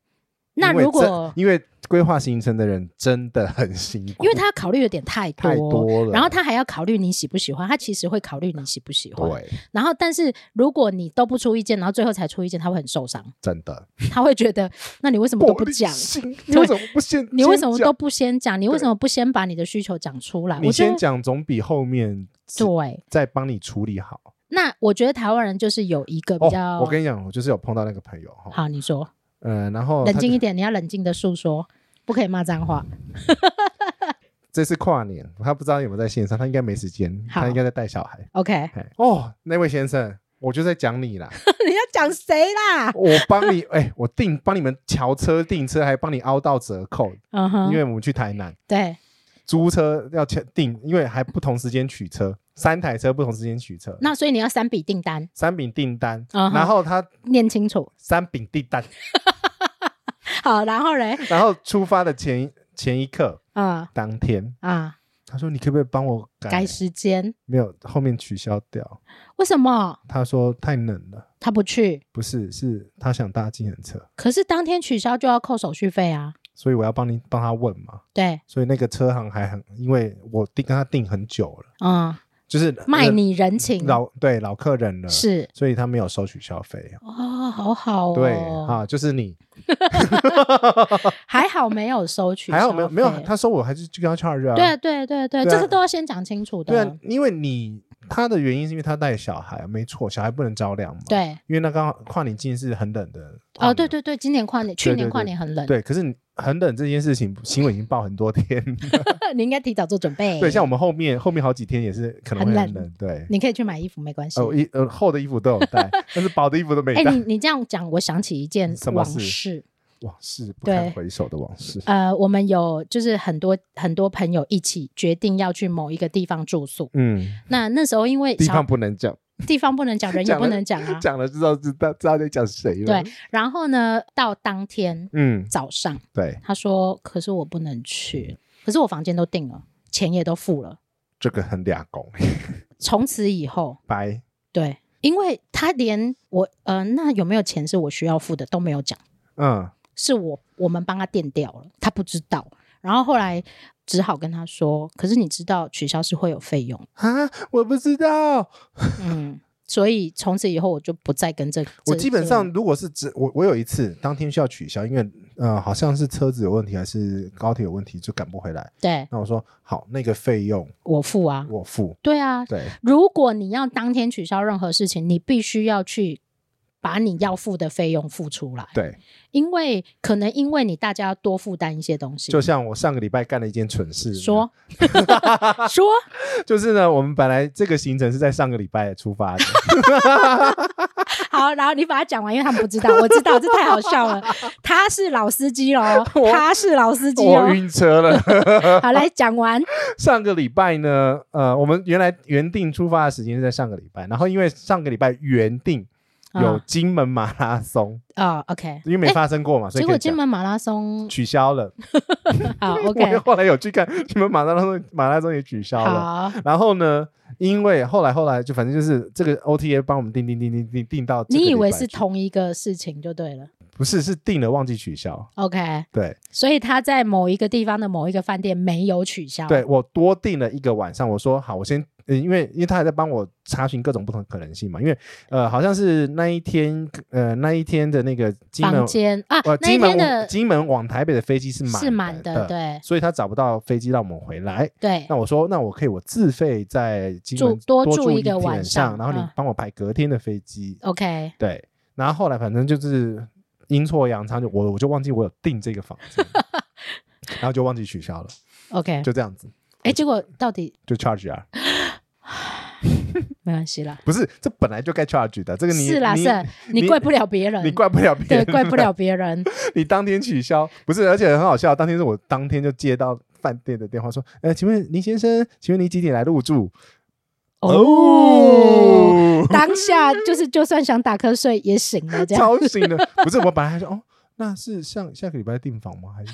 S1: 那
S2: 因为
S1: 如
S2: 这
S1: 果
S2: 因为规划行程的人真的很辛苦，
S1: 因为他考虑的点太多
S2: 太多了，
S1: 然后他还要考虑你喜不喜欢，他其实会考虑你喜不喜欢。
S2: 对，
S1: 然后，但是如果你都不出意见，然后最后才出意见，他会很受伤，
S2: 真的
S1: 他会觉得，那你为什么都不讲？
S2: 你为什么不先？
S1: 你为什么都
S2: 先讲
S1: 不先讲？你为什么不先把你的需求讲出来？
S2: 你
S1: 我觉
S2: 先
S1: 得
S2: 讲总比后面
S1: 对。
S2: 再帮你处理好。
S1: 那我觉得台湾人就是有一个比较，
S2: 哦，我跟你讲，我就是有碰到那个朋友哈，
S1: 好，你说
S2: 嗯，然后
S1: 冷静一
S2: 点。
S1: 点，你要冷静的诉说，不可以骂脏话。
S2: 这次跨年，他不知道有没有在线上，他应该没时间，
S1: 好
S2: 他应该在带小孩。
S1: OK，
S2: 嘿哦，那位先生，我就在讲 你啦，
S1: 你要讲谁啦？
S2: 我帮你，哎、我订帮你们调车订车，还帮你凹到折扣，
S1: 嗯哼，
S2: 因为我们去台南
S1: 对，
S2: 租车要签订，因为还不同时间取车，三台车不同时间取车，
S1: 那所以你要三笔订单，
S2: 三饼订单，
S1: 嗯哼
S2: 然后他
S1: 念清楚。
S2: 三饼订单，
S1: 好，然后嘞，
S2: 然后出发的前前一刻
S1: 啊、
S2: 当天，
S1: 啊，
S2: 他说你可不可以帮我改？
S1: 改时间，
S2: 没有，后面取消掉。
S1: 为什么
S2: 他说太冷了，
S1: 他不去？
S2: 不是，是他想搭计程车。
S1: 可是当天取消就要扣手续费啊。
S2: 所以我要帮你帮他问嘛。
S1: 对，
S2: 所以那个车行还很，因为我订跟他订很久了，
S1: 嗯，
S2: 就是
S1: 卖你人情
S2: 老对老客人了，
S1: 是
S2: 所以他没有收取消费。
S1: 哦，好好哦，
S2: 对啊，就是你
S1: 还好没有收取，
S2: 还好没有没有，他收我还是就跟他 charge 啊。
S1: 对对对对，
S2: 对啊
S1: 这个都要先讲清楚
S2: 对
S1: 的，
S2: 啊，因为你他的原因是因为他带小孩，没错，小孩不能着凉嘛。，
S1: 对
S2: 因为那刚好跨年境是很冷的。
S1: 哦，对。对对，今年跨年，去
S2: 对
S1: 年
S2: 对
S1: 跨
S2: 对
S1: 年很冷，
S2: 对，可是你很冷这件事情，新闻已经报很多天。
S1: 你应该提早做准备。
S2: 对，像我们后面后面好几天也是可能会
S1: 很
S2: 很
S1: 冷
S2: 冷。对，
S1: 你可以去买衣服，没关系。
S2: 呃，我衣呃厚的衣服都有 带，但是薄的衣服都没
S1: 哎、
S2: 带。
S1: 你你这样讲，我想起一件
S2: 什么
S1: 往
S2: 事
S1: 事。
S2: 往事不堪
S1: 对
S2: 回首的往事。
S1: 呃，我们有就是很多很多朋友一起决定要去某一个地方住宿。
S2: 嗯，
S1: 那那时候因为
S2: 地
S1: 小
S2: 方不能讲，
S1: 地方不能 讲，人也
S2: 讲
S1: 不
S2: 了
S1: 能讲啊。
S2: 讲了知道知道知道在讲谁了。
S1: 对，，然后呢，到当天
S2: 嗯，
S1: 早上，
S2: 对，
S1: 他说：“可是我不能去，可是我房间都订了，钱也都付了。
S2: 这个很俩公
S1: 从此以后，
S2: 白
S1: 对，因为他连我呃，那有没有钱是我需要付的都没有讲。”
S2: 嗯，
S1: 是我我们帮他垫掉了，他不知道。然后后来只好跟他说，可是你知道取消是会有费用，
S2: 啊，我不知道。
S1: 嗯，所以从此以后我就不再跟这。
S2: 我
S1: 这
S2: 基本上如果是只我我有一次当天需要取消，因为呃好像是车子有问题还是高铁有问题，就赶不回来。
S1: 这对
S2: 那我说好，那个费用
S1: 我付啊，
S2: 我付。
S1: 对啊。
S2: 对，
S1: 如果你要当天取消任何事情，你必须要去把你要付的费用付出来，
S2: 对，
S1: 因为可能因为你大家要多负担一些东西。
S2: 就像我上个礼拜干了一件蠢事，
S1: 说 说，
S2: 就是呢，我们本来这个行程是在上个礼拜出发 的，
S1: 好，然后你把它讲完，因为他们不知道，我知道，这太好笑了。他是老司机喽，
S2: 我
S1: 他是老司机哦
S2: 我。晕车了。
S1: 好，来讲完。
S2: 上个礼拜呢，呃，我们原来原定出发的时间是在上个礼拜，然后因为上个礼拜原定 有
S1: 啊
S2: 金门马拉松，
S1: 啊，OK、
S2: 因为没发生过嘛，所以
S1: 结
S2: 可以
S1: 果
S2: 讲
S1: 金门马拉松，
S2: 取消了。
S1: 好
S2: 我
S1: ，OK，
S2: 后来有去看金门马拉松，马拉松也取消了。
S1: 好，
S2: 然后呢，因为后来后来就反正就是这个 OTA 帮我们订订订订订订到这个礼拜
S1: 你
S2: 去，
S1: 以为是同一个事情就对了
S2: 不是是订了忘记取消？
S1: ，OK。
S2: 对
S1: 所以他在某一个地方的某一个饭店没有取消，
S2: 对，我多订了一个晚上。我说好，我先，呃因为因为他还在帮我查询各种不同可能性嘛。因为呃，好像是那一天呃那一天的那个金门
S1: 房间啊那
S2: 呃，
S1: 一
S2: 金
S1: 天
S2: 门
S1: 的
S2: 金门往台北的飞机是满
S1: 是满
S2: 的，
S1: 的，对
S2: 所以他找不到飞机让我们回来。
S1: 对
S2: 那我说，那我可以我自费在金门
S1: 住多住
S2: 住
S1: 一个
S2: 天
S1: 晚
S2: 上，
S1: 上
S2: 然后你
S1: 嗯
S2: 帮我排隔天的飞机。
S1: ，OK，
S2: 对，然后后来反正就是阴错阳差，就我我就忘记我有订这个房子， 然后就忘记取消了，
S1: OK，
S2: 就这样子，
S1: 哎，结果到底
S2: 就 charge 啊，
S1: 没关系啦，
S2: 不是，这本来就该 charge 的，这个你
S1: 是啦
S2: 你
S1: 是啦，啊
S2: 你
S1: 你怪不了别人，
S2: 你怪不了别
S1: 对
S2: 人，啊
S1: 怪不了别人，
S2: 你当天取消，不是，而且很好笑，当天是我当天就接到饭店的电话说，呃，请问林先生，请问你几点来入住？
S1: 哦。， 当下就是， 就算想打瞌睡也醒了，这样
S2: 超醒的，不是我本来还说哦，那是上下个礼拜订房吗？还是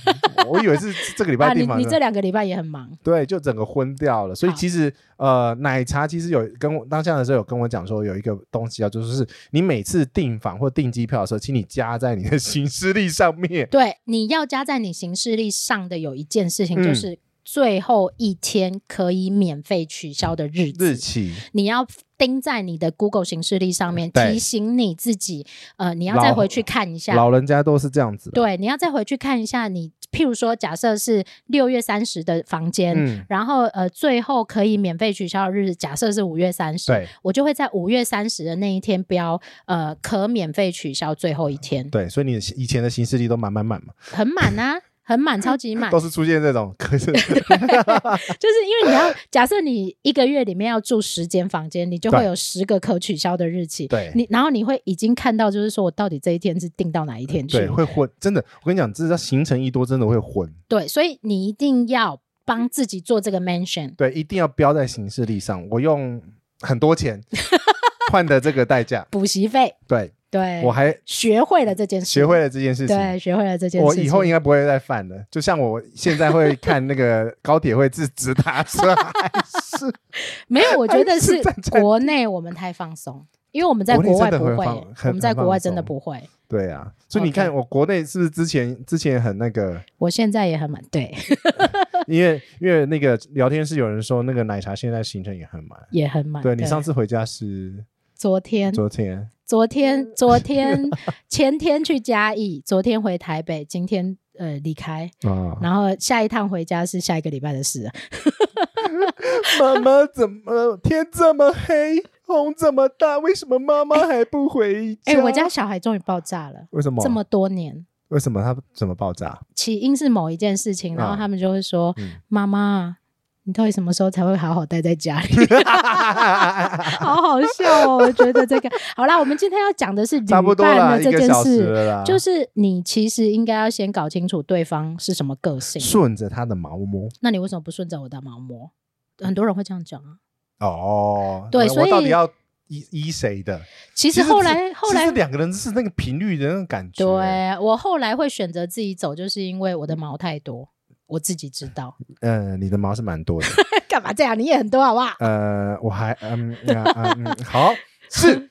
S2: 我以为是这个礼
S1: 啊，
S2: 拜
S1: 你
S2: 订房
S1: 你
S2: 的。
S1: 这两个礼拜也很忙，
S2: 对，就整个昏掉了。所以
S1: 好
S2: 其实呃，奶茶其实有跟我当下的时候有跟我讲说有一个东西啊，就是你每次订房或订机票的时候，请你加在你的 行事历上面。
S1: 对，你要加在你行事历上的有一件事情，
S2: 嗯
S1: 就是最后一天可以免费取消的日子，
S2: 日期
S1: 你要盯在你的 Google 行事历上面，
S2: 对
S1: 提醒你自己，呃，你要
S2: 老
S1: 再回去看一下。
S2: 老人家都是这样子的。
S1: 对，你要再回去看一下你，譬如说，假设是六月三十的房间，
S2: 嗯，
S1: 然后呃，最后可以免费取消的日子，假设是五月三十，
S2: 对
S1: 我就会在五月三十的那一天标，呃，可免费取消最后一天，
S2: 对，所以你的以前的行事历都满满满嘛，
S1: 很满啊，很满，超级满
S2: 都。是出现这种，可是
S1: 就是因为你要假设你一个月里面要住十间房间，你就会
S2: 对
S1: 有十个可取消的日期。
S2: 对
S1: 你然后你会已经看到，就是说我到底这一天是定到哪一天去？
S2: 对会混，真的，我跟你讲，这叫行程一多，真的会混。
S1: 对所以你一定要帮自己做这个 mention。
S2: 对，一定要标在行事历上。我用很多 钱换的这个代价，
S1: 补习费，
S2: 对
S1: 对，
S2: 我还
S1: 学会了这件事，
S2: 学会了这件事情。
S1: 对，学会了这件事
S2: 我
S1: 情。
S2: 以后应该不会再犯了。就像我现在会看 那个高铁会自直达车，还是
S1: 没有，我觉得是
S2: 站在
S1: 国内我们太放松，因为我们在
S2: 国内
S1: 国外
S2: 真
S1: 不
S2: 的会
S1: 会
S2: 放，
S1: 我
S2: 很
S1: 们在
S2: 很
S1: 国外
S2: 放
S1: 真的
S2: 松
S1: 不会。
S2: 对啊，所以你看，我国内是不是之前之前很那 个？
S1: 我现在也很满，对，
S2: 因为因为那个聊天室有人说，那个奶茶现在行程也很满。
S1: 也很满。
S2: 对你上次回家是
S1: 昨天，
S2: 昨天，
S1: 昨天，昨天，前天去嘉义，昨天回台北，今天呃离开，
S2: 啊，
S1: 然后下一趟回家是下一个礼拜的事了。
S2: 妈妈怎么天这么黑，风这么大，为什么妈妈还不回家？
S1: 哎、我家小孩终于爆炸了，
S2: 啊为什么
S1: 这么多年，
S2: 为什么他怎么爆炸？
S1: 起因是某一件事情，然后
S2: 啊
S1: 他们就会说
S2: 嗯：“
S1: 妈妈，你到底什么时候才会好好待在家里？” 好好笑哦，我觉得这个 好啦。我们今天要讲的是旅
S2: 差不多
S1: 伴
S2: 啦，
S1: 的
S2: 一
S1: 这
S2: 个
S1: 件
S2: 小时
S1: 事，
S2: 了啦，
S1: 就是你其实应该要先搞清楚对方是什么个性。
S2: 顺着他的毛摸
S1: 那你为什么不顺着我的毛摸？很多人会这样讲啊。
S2: 哦。
S1: 对
S2: 我
S1: 所以
S2: 我到底要依依谁的？
S1: 其
S2: 其
S1: 实后来
S2: 是
S1: 后
S2: 其
S1: 来
S2: 实两个人是那个频率的那种感觉。
S1: 对，我后来会选择自己走，就是因为我的毛太多，我自己知道。
S2: 嗯，你的毛是蛮多的。
S1: 干嘛这样？你也很多好不好？
S2: 呃，我还嗯嗯嗯嗯好是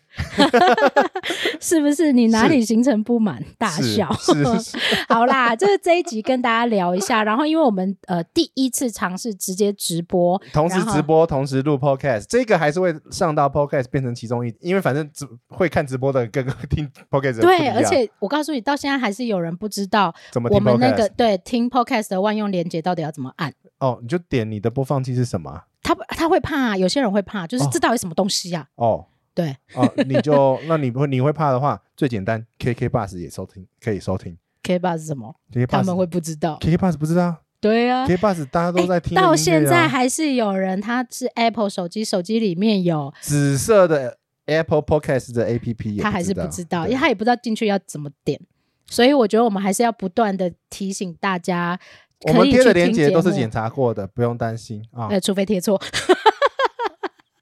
S1: 是不是你哪里行程不满？ 大
S2: 是
S1: 笑。
S2: 是是
S1: 好啦，就是这一集跟大家聊一下。然后，因为我们呃第一次尝试直接直播，
S2: 同时
S1: 然后
S2: 直播，同时录 podcast，这个还是会上到 podcast 变成其中一，因为反正直会看直播的跟听 podcast 的不一
S1: 对，
S2: 样
S1: 而且我告诉你，到现在还是有人不知道
S2: 怎么
S1: 我
S2: 听
S1: 们那个
S2: podcast
S1: 对听 podcast 的万用连接到底要怎么按。
S2: 哦，你就点你的播放器是什么啊
S1: 他他会怕、有些人会怕，就是
S2: 哦
S1: 这到底什么东西呀、
S2: 哦。
S1: 对，
S2: 哦，你就那你会你会怕的话，最简单，KK Bus 也收听，可以收听。
S1: k b u 是什么？
S2: KK
S1: 他们
S2: Bus
S1: 会不知道。
S2: KK Bus 不知道
S1: 对啊，
S2: ，KK Bus 大家都在听的音乐啊、
S1: 到现在还是有人，他是 Apple 手机，手机里面有，
S2: 紫色的 Apple Podcast 的 APP，也
S1: 他还是不知道，
S2: 对
S1: 因为他也不知道进去要怎么点。所以我觉得我们还是要不断的提醒大家，
S2: 我
S1: 可
S2: 们
S1: 以
S2: 贴的
S1: 去听
S2: 链接
S1: 节
S2: 都是
S1: 目
S2: 检查过的，不用担心啊。
S1: 呃，除非贴错，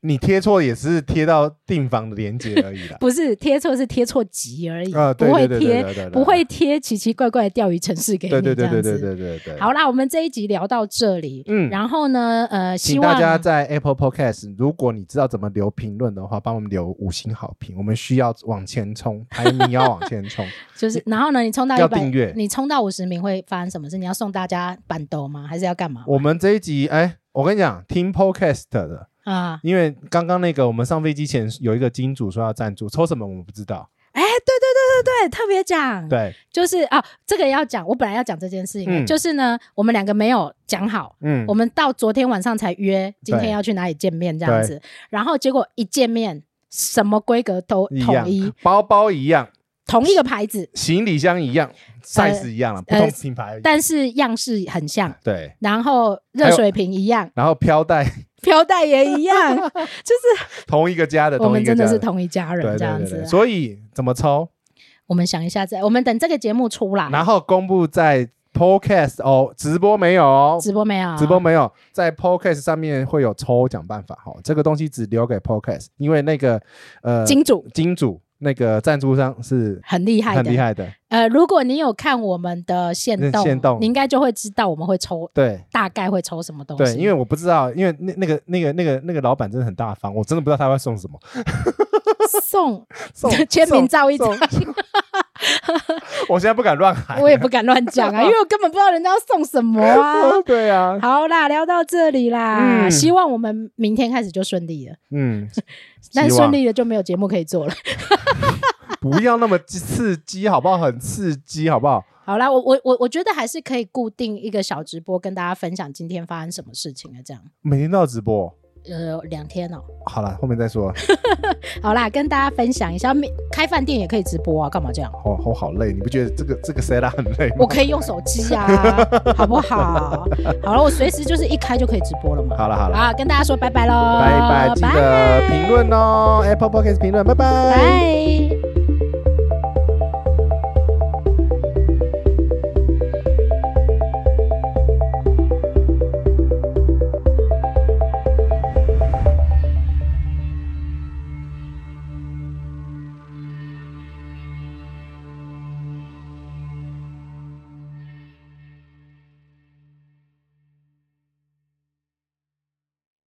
S2: 你贴错也只是贴到订房的链接而已啦。
S1: 不是贴错是贴错集而已，
S2: 啊，对
S1: 不会
S2: 对对对
S1: 贴
S2: 对对，
S1: 不会贴奇奇怪怪的钓鱼城市给你，
S2: 对对对
S1: 这
S2: 对对
S1: 样子
S2: 对对对。
S1: 好，啦，我们这一集聊到这里，
S2: 嗯
S1: 然后呢，呃，希
S2: 请
S1: 望
S2: 大家在 Apple Podcast，如果你知道怎么留评论的话，帮我们留五星好评，我们需要往前冲，排名要往前冲。
S1: 就是，然后呢，你冲到
S2: 要
S1: 一百
S2: 订阅，
S1: 你冲到五十名会发生什么事？你要送大家板豆吗？还是要干嘛
S2: 我们这一集，哎，我跟你讲，听 Podcast 的，
S1: 啊？
S2: 因为刚刚那个我们上飞机前有一个金主说要赞助，抽什么我们不知道。
S1: 哎，对对对对对，特别讲，
S2: 对，
S1: 就是啊，这个要讲，我本来要讲这件事情，
S2: 嗯
S1: 就是呢，我们两个没有讲好。
S2: 嗯
S1: 我，们到昨天晚上才约，今天
S2: 对
S1: 要去哪里见面这样子，然后结果一见面，什么规格都
S2: 一
S1: 统
S2: 样
S1: 一，，
S2: 包包一样，
S1: 同一个牌子，
S2: 行李箱一样，size 一样了，不
S1: 呃
S2: 同品牌而已。
S1: 但是样式很像，
S2: 对，
S1: 然后热水瓶一样，
S2: 然后飘带
S1: 飘带也一样，就是
S2: 同一个家的，
S1: 我
S2: 同
S1: 们
S2: 一个
S1: 真
S2: 家
S1: 的是同一家
S2: 对
S1: 人
S2: 对
S1: 这样
S2: 对
S1: 子啊
S2: 对，。所以怎么抽？
S1: 我们想一下，再我们等这个节目出来，
S2: 然后公布在 Podcast 哦，直播没有哦，
S1: 直播没有？
S2: 直播没有，在 Podcast 上面会有抽奖办法哈，这个东西只留给 Podcast，因为那个呃
S1: 金主
S2: 金主那个赞助商是
S1: 很厉害
S2: 很
S1: 的，
S2: 厉害的，
S1: 呃，如果你有看我们的线动，
S2: 嗯限动
S1: 你应该就会知道我们会抽，
S2: 对。
S1: 大概会抽什么东
S2: 对，
S1: 西。
S2: 因为我不知道，因为那那个那个那个那个老板真的很大方，我真的不知道他会 送什么，
S1: 送
S2: 送
S1: 签名照一张，
S2: 送送我现在不敢乱喊，
S1: 我也不敢乱讲啊，因为我根本不知道人家要送什么啊。
S2: 对啊，
S1: 好啦，聊到这里啦，
S2: 嗯
S1: 希望我们明天开始就顺利了。
S2: 嗯，
S1: 但
S2: 希
S1: 顺
S2: 望
S1: 利了就没有节目可以做了。
S2: 不要那么刺激，好不好？很刺激，好不好？
S1: 好啦，我我我我觉得还是可以固定一个小直播，跟大家分享今天发生什么事情的这样。
S2: 每天都要直播，
S1: 呃，两天哦、
S2: 好了，后面再说。
S1: 好啦，跟大家分享一下，明开饭店也可以直播啊，干嘛这样？
S2: 我我好累，你不觉得这个这个 set up 很累
S1: 我
S2: 吗？
S1: 可以用手机 啊，好不好？好了，我随时就是一开就可以直播了嘛。
S2: 好了好了，
S1: 啊，跟大家说拜拜喽，
S2: 拜拜，记得评论哦，Apple Podcast 评论，拜拜
S1: 拜。